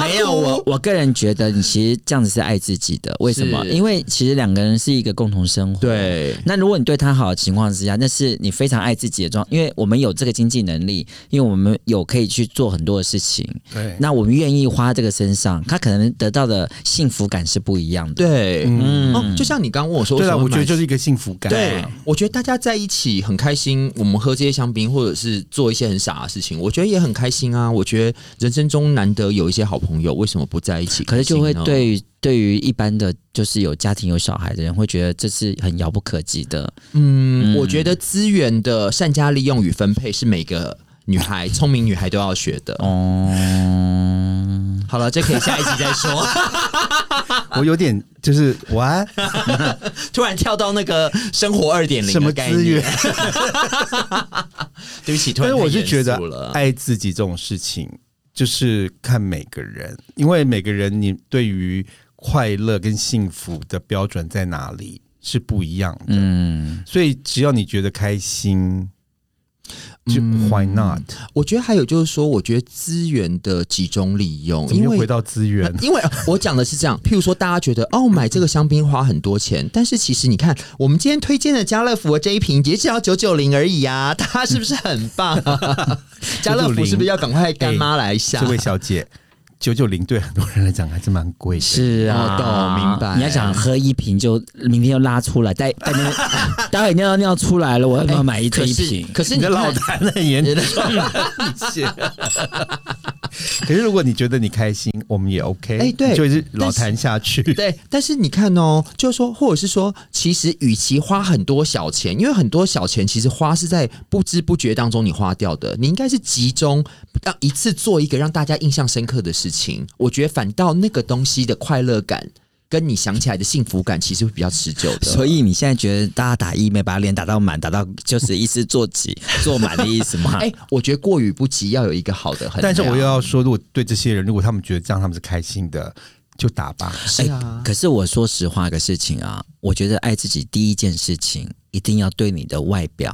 Speaker 3: 没有我我个人觉得你其实这样子是爱自己的，为什么？
Speaker 2: 是
Speaker 3: 因为其实两个人是一个共同生活，。
Speaker 2: 对，
Speaker 3: 那如果你对他好的情况之下，那是你非常爱自己的状，因为我们有这个经济能力，因为我们有可以去做很多的事情，
Speaker 1: 对，
Speaker 3: 那我们愿意花这个身上，他可能得到的幸福感是不一样的。
Speaker 2: 对，
Speaker 1: 嗯
Speaker 2: 哦，就像你刚问我说，
Speaker 1: 对
Speaker 2: 为
Speaker 1: 了，
Speaker 2: 什么
Speaker 1: 我觉得
Speaker 2: 买
Speaker 1: 就是一个幸福感。啊
Speaker 2: 对，我觉得大家在一起很开心，我们喝这些香槟，或者是做一些很傻的事情，我觉得也很开心啊。我觉得人生中难得有一些好朋友，为什么不在一起
Speaker 3: 可
Speaker 2: 开
Speaker 3: 是
Speaker 2: 心
Speaker 3: 就
Speaker 2: 呢？
Speaker 3: 会对于对于一般的就是有家庭有小孩的人，会觉得这是很遥不可及的。
Speaker 2: 嗯，我觉得资源的善加利用与分配是每个女孩、聪明女孩都要学的。
Speaker 3: 哦，
Speaker 2: 好了，这可以下一集再说。
Speaker 1: 我有点就是啊 玩
Speaker 2: 突然跳到那个生活二点零
Speaker 1: 什么资源，
Speaker 2: 对不起，突
Speaker 1: 但
Speaker 2: 然
Speaker 1: 是我是
Speaker 2: 太
Speaker 1: 觉
Speaker 2: 严
Speaker 1: 得
Speaker 2: 肃了
Speaker 1: 爱自己这种事情，就是看每个人，因为每个人你对于快乐跟幸福的标准在哪里是不一样的，
Speaker 3: 嗯，
Speaker 1: 所以只要你觉得开心，就
Speaker 2: 嗯
Speaker 1: Why not？
Speaker 2: 我觉得还有就是说，我觉得资源的集中利用，
Speaker 1: 怎么
Speaker 2: 因
Speaker 1: 又
Speaker 2: 为呃
Speaker 1: 回到资源？
Speaker 2: 因为我讲的是这样，譬如说大家觉得哦，买这个香槟花很多钱，但是其实你看，我们今天推荐的家乐福的这一瓶也只要九九零而已啊， 大家是不是很棒、 啊？家乐福是不是要赶快干妈来一下
Speaker 1: 哎这？位小姐，九九零对很多人来讲还是蛮贵的。
Speaker 3: 是
Speaker 2: 哦
Speaker 3: 啊，
Speaker 2: 懂明白
Speaker 3: 你要想喝一瓶就，明天就拉出来，待待会 待会尿到尿出来了，我要不要买一这
Speaker 2: 可
Speaker 3: 一
Speaker 2: 是
Speaker 3: 瓶？
Speaker 2: 可是
Speaker 1: 你
Speaker 2: 你
Speaker 1: 的
Speaker 2: 看
Speaker 1: 老痰很严重， 谢谢可是如果你觉得你开心，我们也 OK。
Speaker 2: 哎对
Speaker 1: 就是老
Speaker 2: 但
Speaker 1: 痰下去。
Speaker 2: 对，但是你看哦，就是说，或者是说，其实与其花很多小钱，因为很多小钱其实花是在不知不觉当中你花掉的，你应该是集中让一次做一个让大家印象深刻的事情。我觉得反倒那个东西的快乐感跟你想起来的幸福感，其实会比较持久的。
Speaker 3: 所以你现在觉得大家打一没把脸打到满，打到就是意思做 几做满的意思吗？
Speaker 2: 哎、我觉得过于不及要有一个好的衡量，
Speaker 1: 但是我又要说，如果对这些人，如果他们觉得这样他们是开心的，就打吧。
Speaker 2: 是啊，
Speaker 3: 可是我说实话个事情啊，我觉得爱自己第一件事情，一定要对你的外表，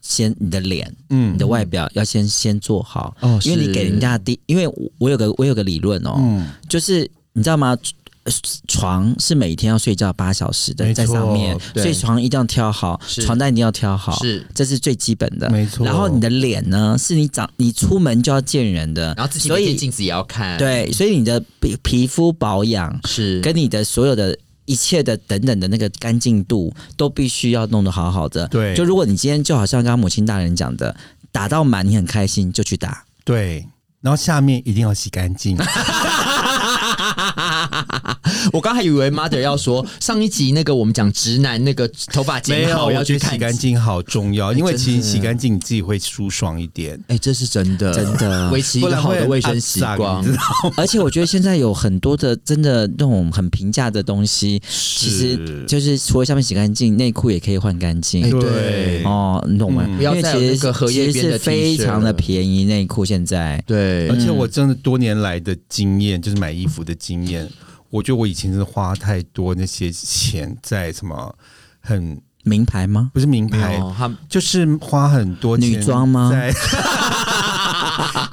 Speaker 3: 先你的脸，
Speaker 1: 嗯
Speaker 3: 你的外表要先先做好，
Speaker 2: 哦
Speaker 3: 因为
Speaker 2: 是
Speaker 3: 你给人家的第，因为我我有个我有个理论哦，
Speaker 1: 嗯，
Speaker 3: 就是你知道吗？呃床是每天要睡觉八小时的，
Speaker 1: 没
Speaker 3: 在
Speaker 1: 错
Speaker 3: 上面，
Speaker 1: 对
Speaker 3: 所以床一定要挑好，
Speaker 2: 是
Speaker 3: 床单一定要挑好，
Speaker 2: 是
Speaker 3: 这是最基本的。
Speaker 1: 没错
Speaker 3: 然后你的脸呢，是你长你出门就要见人的，
Speaker 2: 然后自己
Speaker 3: 所
Speaker 2: 每天
Speaker 3: 以
Speaker 2: 镜子也要看，，
Speaker 3: 对，所以你的皮皮肤保养
Speaker 2: 是
Speaker 3: 跟你的所有的一切的等等的那个干净度，都必须要弄得好好的。
Speaker 1: 对
Speaker 3: 就如果你今天就好像刚刚母亲大人讲的，打到满你很开心就去打，
Speaker 1: 对。然后下面一定要洗干 净，
Speaker 2: 我刚还以为 mother 要说上一集那个我们讲直男那个头发剪好
Speaker 1: 我
Speaker 2: 要
Speaker 1: 觉
Speaker 2: 去
Speaker 1: 得
Speaker 2: 看哎
Speaker 1: 洗干。净好重要，因为
Speaker 2: 真的
Speaker 1: 其实洗干净你自己会舒爽一点，
Speaker 2: 哎、这是真的，
Speaker 3: 真的
Speaker 2: 维持一个好的卫生习
Speaker 1: 不然
Speaker 2: 惯
Speaker 1: 会很肮脏你。知道
Speaker 3: 而且我觉得现在有很多的真的那种很平价的东西，其实就是除了下面洗干净，内裤也可以换干
Speaker 2: 哎
Speaker 3: 净。
Speaker 1: 对
Speaker 3: 哦，你懂吗？
Speaker 1: 嗯
Speaker 3: 因
Speaker 2: 不要
Speaker 3: 为
Speaker 2: 再有
Speaker 3: 其
Speaker 2: 那个
Speaker 3: 实
Speaker 2: 荷叶
Speaker 3: 其
Speaker 2: 边
Speaker 3: 实
Speaker 2: 的 T
Speaker 3: 是非
Speaker 2: 恤
Speaker 3: 常
Speaker 2: 了
Speaker 3: 的便宜内裤，现在
Speaker 2: 对嗯
Speaker 1: 而且我真的多年来的经验，就是买衣服的经验，我觉得我以前真的花太多那些钱在什么很
Speaker 3: 名牌吗？
Speaker 1: 不是名牌，
Speaker 2: 哦，他
Speaker 1: 就是花很多钱
Speaker 3: 女装吗
Speaker 1: 在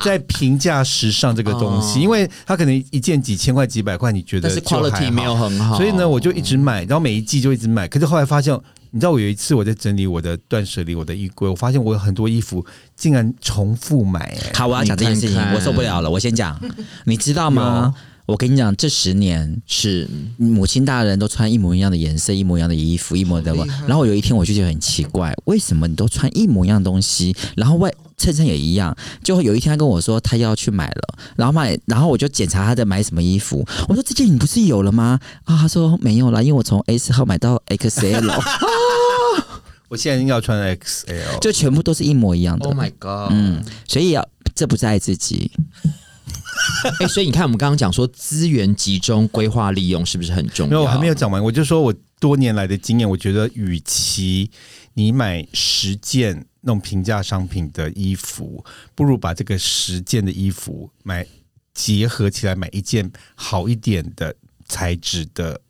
Speaker 1: 在平价时尚这个东西，
Speaker 2: 哦
Speaker 1: 因为它可能一件几千块、几百块，你觉得
Speaker 2: 但是
Speaker 1: 就还
Speaker 2: quality 没有很好，
Speaker 1: 所以呢，我就一直买，然后每一季就一直买。可是后来发现，你知道，我有一次我在整理我的断舍离，我的衣柜，我发现我有很多衣服竟然重复买、哎
Speaker 3: 好，我要讲这件事情，
Speaker 2: 你看看
Speaker 3: 我受不了了。我先讲， 你知道吗？我跟你讲，这十年
Speaker 2: 是
Speaker 3: 母亲大人都穿一模一样的颜色，一模一样的衣服，一模一样的。然后有
Speaker 2: 嗯
Speaker 3: 一天我就觉得很奇怪，为什么你都穿一模一样的东西，然后外衬衫也一样？就有一天他跟我说他要去买了，然后买，然后我就检查他在买什么衣服。我说这件你不是有了吗？啊，他说没有啦，因为我从 S 号买到 XL，
Speaker 1: 我现在应该要穿 XL，
Speaker 3: 就全部都是一模一样的。
Speaker 2: ，Oh my God，
Speaker 3: 嗯，所以要这不是爱自己，
Speaker 2: 哎、所以你看，我们刚刚讲说资源集中、规划利用是不是很重要？
Speaker 1: 没有，我还没有讲完，我就说我多年来的经验，我觉得，与其你买十件那种平价商品的衣服，不如把这个十件的衣服买结合起来，买一件好一点的材质的。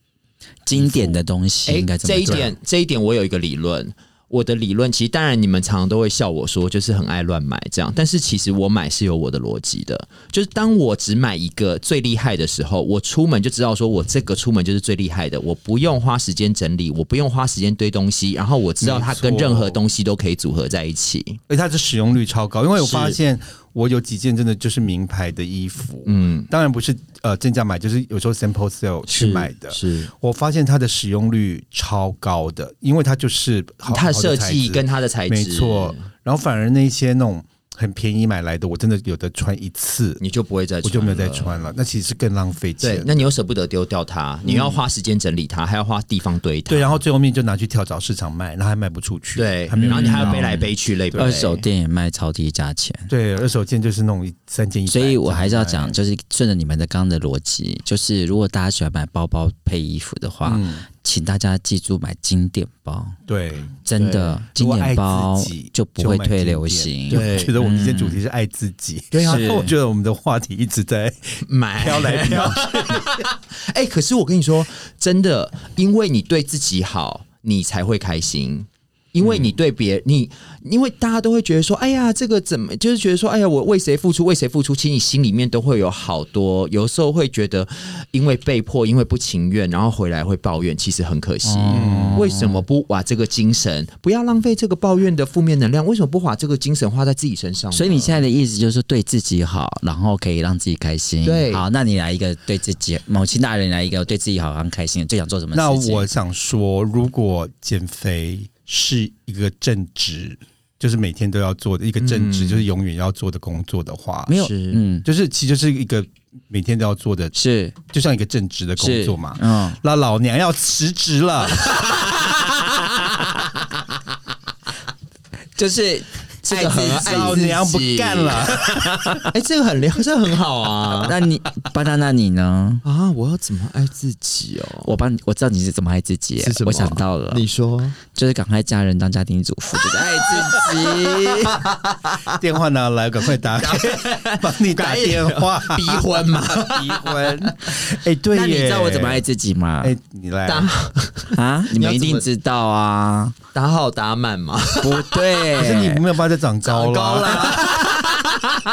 Speaker 3: 经典的东西
Speaker 2: 哎，
Speaker 3: 应该这么
Speaker 2: 这一
Speaker 3: 做
Speaker 2: 点，这一点我有一个理论。我的理论其实，当然你们常常都会笑我说，就是很爱乱买这样。但是其实我买是有我的逻辑的，就是当我只买一个最厉害的时候，我出门就知道说我这个出门就是最厉害的，我不用花时间整理，我不用花时间堆东西，然后我知道它跟
Speaker 1: 没错
Speaker 2: 任何东西都可以组合在一起。
Speaker 1: 而且它的使用率超高，因为我
Speaker 2: 是
Speaker 1: 发现我有几件真的就是名牌的衣服，
Speaker 2: 嗯，
Speaker 1: 当然不是呃正价买，就是有时候 sample sale 去买的。
Speaker 2: 是
Speaker 1: 我发现它的使用率超高的，因为它就是好
Speaker 2: 它的
Speaker 1: 好的
Speaker 2: 设
Speaker 1: 材
Speaker 2: 计
Speaker 1: 质
Speaker 2: 跟它的材质，
Speaker 1: 没错，，然后反而那些那种很便宜买来的，我真的有的穿一次，
Speaker 2: 你就不会再
Speaker 1: 我
Speaker 2: 穿，
Speaker 1: 就没有再。穿了，那其实是更浪费
Speaker 2: 对
Speaker 1: 钱，。
Speaker 2: 那你又舍不得丢掉它，你又要花时间整理它，还要花地方堆它。
Speaker 1: 对，然后最后面就拿去跳蚤市场卖，然后还卖不出去，
Speaker 2: 对，
Speaker 1: 还没有
Speaker 2: 然后你还要
Speaker 1: 人
Speaker 2: 背来背去，累不累？
Speaker 3: 二手店也卖超低价钱。
Speaker 1: 对，二手件就是那种三件一百，
Speaker 3: 所以我还是要讲，
Speaker 1: 这样
Speaker 3: 就是顺着你们的刚刚的逻辑，就是如果大家喜欢买包包配衣服的话，
Speaker 1: 嗯，
Speaker 3: 请大家记住买经典包，
Speaker 1: 对，
Speaker 3: 真的经典包
Speaker 1: 如果爱自己
Speaker 3: 就不会退
Speaker 1: 就
Speaker 3: 流行。
Speaker 1: 我觉得我们今天主题是爱自己，
Speaker 2: 对啊
Speaker 1: 然 后我觉得我们的话题一直在
Speaker 2: 买
Speaker 1: 飘来飘去，
Speaker 2: 哎、可是我跟你说，真的，因为你对自己好，你才会开心。因为
Speaker 1: 嗯
Speaker 2: 你对别你，因为大家都会觉得说，哎呀，这个怎么就是觉得说，哎呀，我为谁付出，为谁付出，其实你心里面都会有好多，有时候会觉得，因为被迫，因为不情愿，然后回来会抱怨，其实很可惜。
Speaker 1: 哦
Speaker 2: 为什么不把这个精神，不要浪费这个抱怨的负面能量？为什么不把这个精神花在自己身上呢？
Speaker 3: 所以你现在的意思就是对自己好，然后可以让自己开心。
Speaker 2: 对
Speaker 3: 好，那你来一个对自己，某亲大人来一个对自己好，让开心，最想做什么
Speaker 1: 那
Speaker 3: 事情？
Speaker 1: 我想说，如果减肥是一个正职，就是每天都要做的一个正职，就是永远要做的工作的话，
Speaker 3: 嗯没有，
Speaker 2: 是
Speaker 3: 嗯，
Speaker 1: 就是其实就是一个每天都要做的，
Speaker 3: 是
Speaker 1: 就像一个正职的工
Speaker 3: 是
Speaker 1: 作嘛。
Speaker 3: 嗯，
Speaker 1: 那老娘要辞职 了，
Speaker 3: 就是
Speaker 2: 这个
Speaker 3: 哎
Speaker 2: 很爱
Speaker 1: 老
Speaker 2: 自己
Speaker 1: 娘不干了。
Speaker 2: 哎、这个很良，这个很好啊
Speaker 3: 那你巴娜，那你呢？
Speaker 2: 啊！我要怎么爱自己哦？
Speaker 3: 我帮你，我知道你是怎么爱自己
Speaker 2: 是什，么
Speaker 3: 我想到了，
Speaker 2: 你说。
Speaker 3: 就是赶快嫁人当家庭主妇，就是爱自己。
Speaker 1: 电话拿来，赶快打 给，帮你打电话
Speaker 2: 逼婚嘛，
Speaker 1: 逼婚。 哎， 对耶，
Speaker 3: 那你知道我怎么爱？自己吗？
Speaker 1: 哎，你来，
Speaker 2: 打
Speaker 3: 啊，你们
Speaker 2: 你要
Speaker 3: 一
Speaker 2: 怎么
Speaker 3: 定知道啊，
Speaker 2: 打好打满 嘛，
Speaker 3: 不
Speaker 1: 可是你
Speaker 3: 对，
Speaker 1: 没有办法再长高了。
Speaker 2: 啦，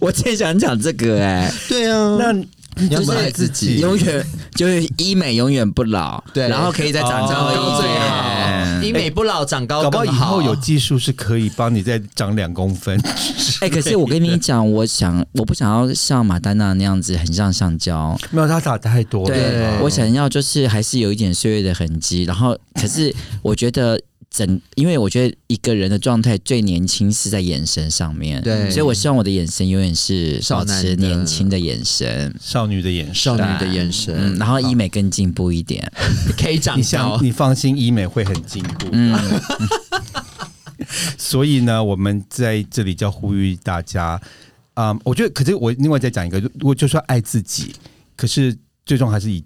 Speaker 3: 我最想讲这个哎、
Speaker 2: 对啊，
Speaker 1: 那你
Speaker 2: 要
Speaker 1: 怎么
Speaker 2: 爱
Speaker 1: 爱
Speaker 2: 自
Speaker 1: 自
Speaker 2: 己
Speaker 1: 己？
Speaker 3: 永远就是医美永远不老，
Speaker 2: 对哦
Speaker 3: 然后可以再长
Speaker 1: 长
Speaker 3: 高
Speaker 1: 高
Speaker 3: 一
Speaker 1: 哦最
Speaker 3: 点
Speaker 1: 好
Speaker 2: 医美不老，长高
Speaker 1: 搞不好以
Speaker 2: 哦更好
Speaker 1: 后有技术是可以帮你再长两公分。
Speaker 3: 哎、可是我跟你讲，我想我不想要像马丹娜那样子，很像橡胶。
Speaker 1: 没有，他打太多了。嗯
Speaker 3: 对，我想要就是还是有一点岁月的痕迹。然后，可是我觉得整， 因为我觉得一个人的状态最年轻是在眼神上面。
Speaker 2: 对
Speaker 3: 所以我希望我的眼神永远是
Speaker 2: 少
Speaker 3: 保
Speaker 2: 男
Speaker 3: 持
Speaker 2: 的
Speaker 3: 年轻的眼神。
Speaker 1: 少女的眼神，
Speaker 2: 少女的眼
Speaker 3: 嗯，
Speaker 2: 神
Speaker 3: 然后医美更进步一点。
Speaker 2: 可以长
Speaker 1: 你
Speaker 2: 高
Speaker 1: 想，，你放心，医美会很进步。
Speaker 3: 嗯，
Speaker 1: 所以呢，我们在这里就要呼吁大家，嗯，我觉得，可是我另外再讲一个，如果就说爱自己，可是最终还是以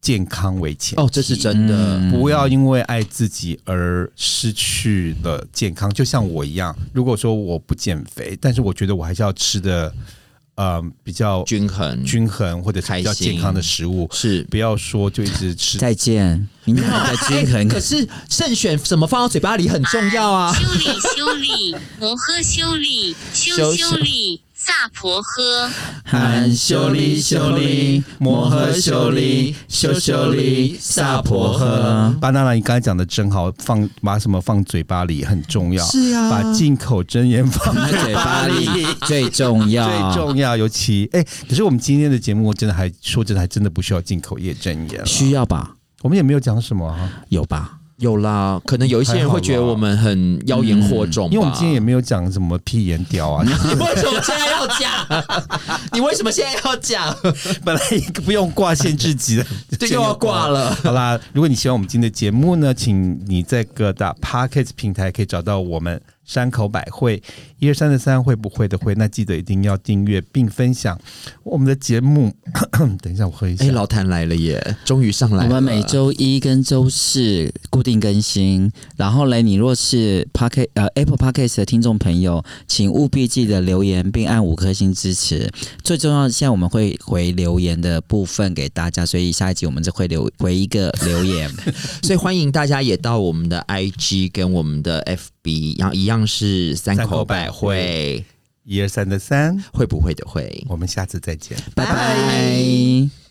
Speaker 1: 健康为前提
Speaker 2: 哦，这是真的，
Speaker 1: 不要因为爱自己而失去了健康。就像我一样，如果说我不减肥，但是我觉得我还是要吃的，呃，比较
Speaker 2: 均衡
Speaker 1: 均衡或者是比较
Speaker 2: 开心
Speaker 1: 健康的食物，
Speaker 2: 是。
Speaker 1: 不要说就一直吃。
Speaker 3: 再见，你们的均 衡。
Speaker 2: 哎可是慎选怎么放到嘴巴里很重要啊！
Speaker 4: 修理修理，摩诃修理，修修理，萨婆诃。
Speaker 3: 含修理修理，摩诃修理，修修理，萨婆诃。
Speaker 1: 巴娜娜，你刚才讲的真好，放把什么放嘴巴里很重要，
Speaker 2: 是啊
Speaker 1: 把进口真言放
Speaker 3: 那嘴巴里最重 要，
Speaker 1: 最重要，尤其哎、可是我们今天的节目真的还说真的还真的不需要进口业真言了，
Speaker 3: 需要吧？
Speaker 1: 我们也没有讲什么、啊，
Speaker 3: 有吧？
Speaker 2: 有啦，可能有一些人会觉得我们很妖言惑众吧，
Speaker 1: 因为我们今天也没有讲什么屁眼屌啊，
Speaker 2: 你为什么现在要讲？ 你为什么现在要讲？
Speaker 1: 本来一个不用挂限制级的，
Speaker 2: 这又要挂 了。
Speaker 1: 好啦，如果你喜欢我们今天的节目呢，请你在各大 p o c k e t 平台可以找到我们山口百惠一二三的三会不会的会，那记得一定要订阅并分享我们的节目。 等一下，我喝一下。
Speaker 2: 哎、老谭来了耶，终于上来
Speaker 3: 我
Speaker 2: 了。
Speaker 3: 们每周一跟周四固定更新，然后嘞，你若是 p o c k e t 呃 Apple p o c k e t 的听众朋友，请务必记得留言并按五颗星支持。最重要，现在我们会回留言的部分给大家，所以下一集我们就会留回一个留 言。
Speaker 2: 所以欢迎大家也到我们的 IG 跟我们的 FB，然后一样是三
Speaker 1: 三
Speaker 2: 口
Speaker 1: 口百
Speaker 2: 百会，
Speaker 1: 一二三的三，
Speaker 2: 会不会的会。
Speaker 1: 我们下次再见。
Speaker 3: 拜拜。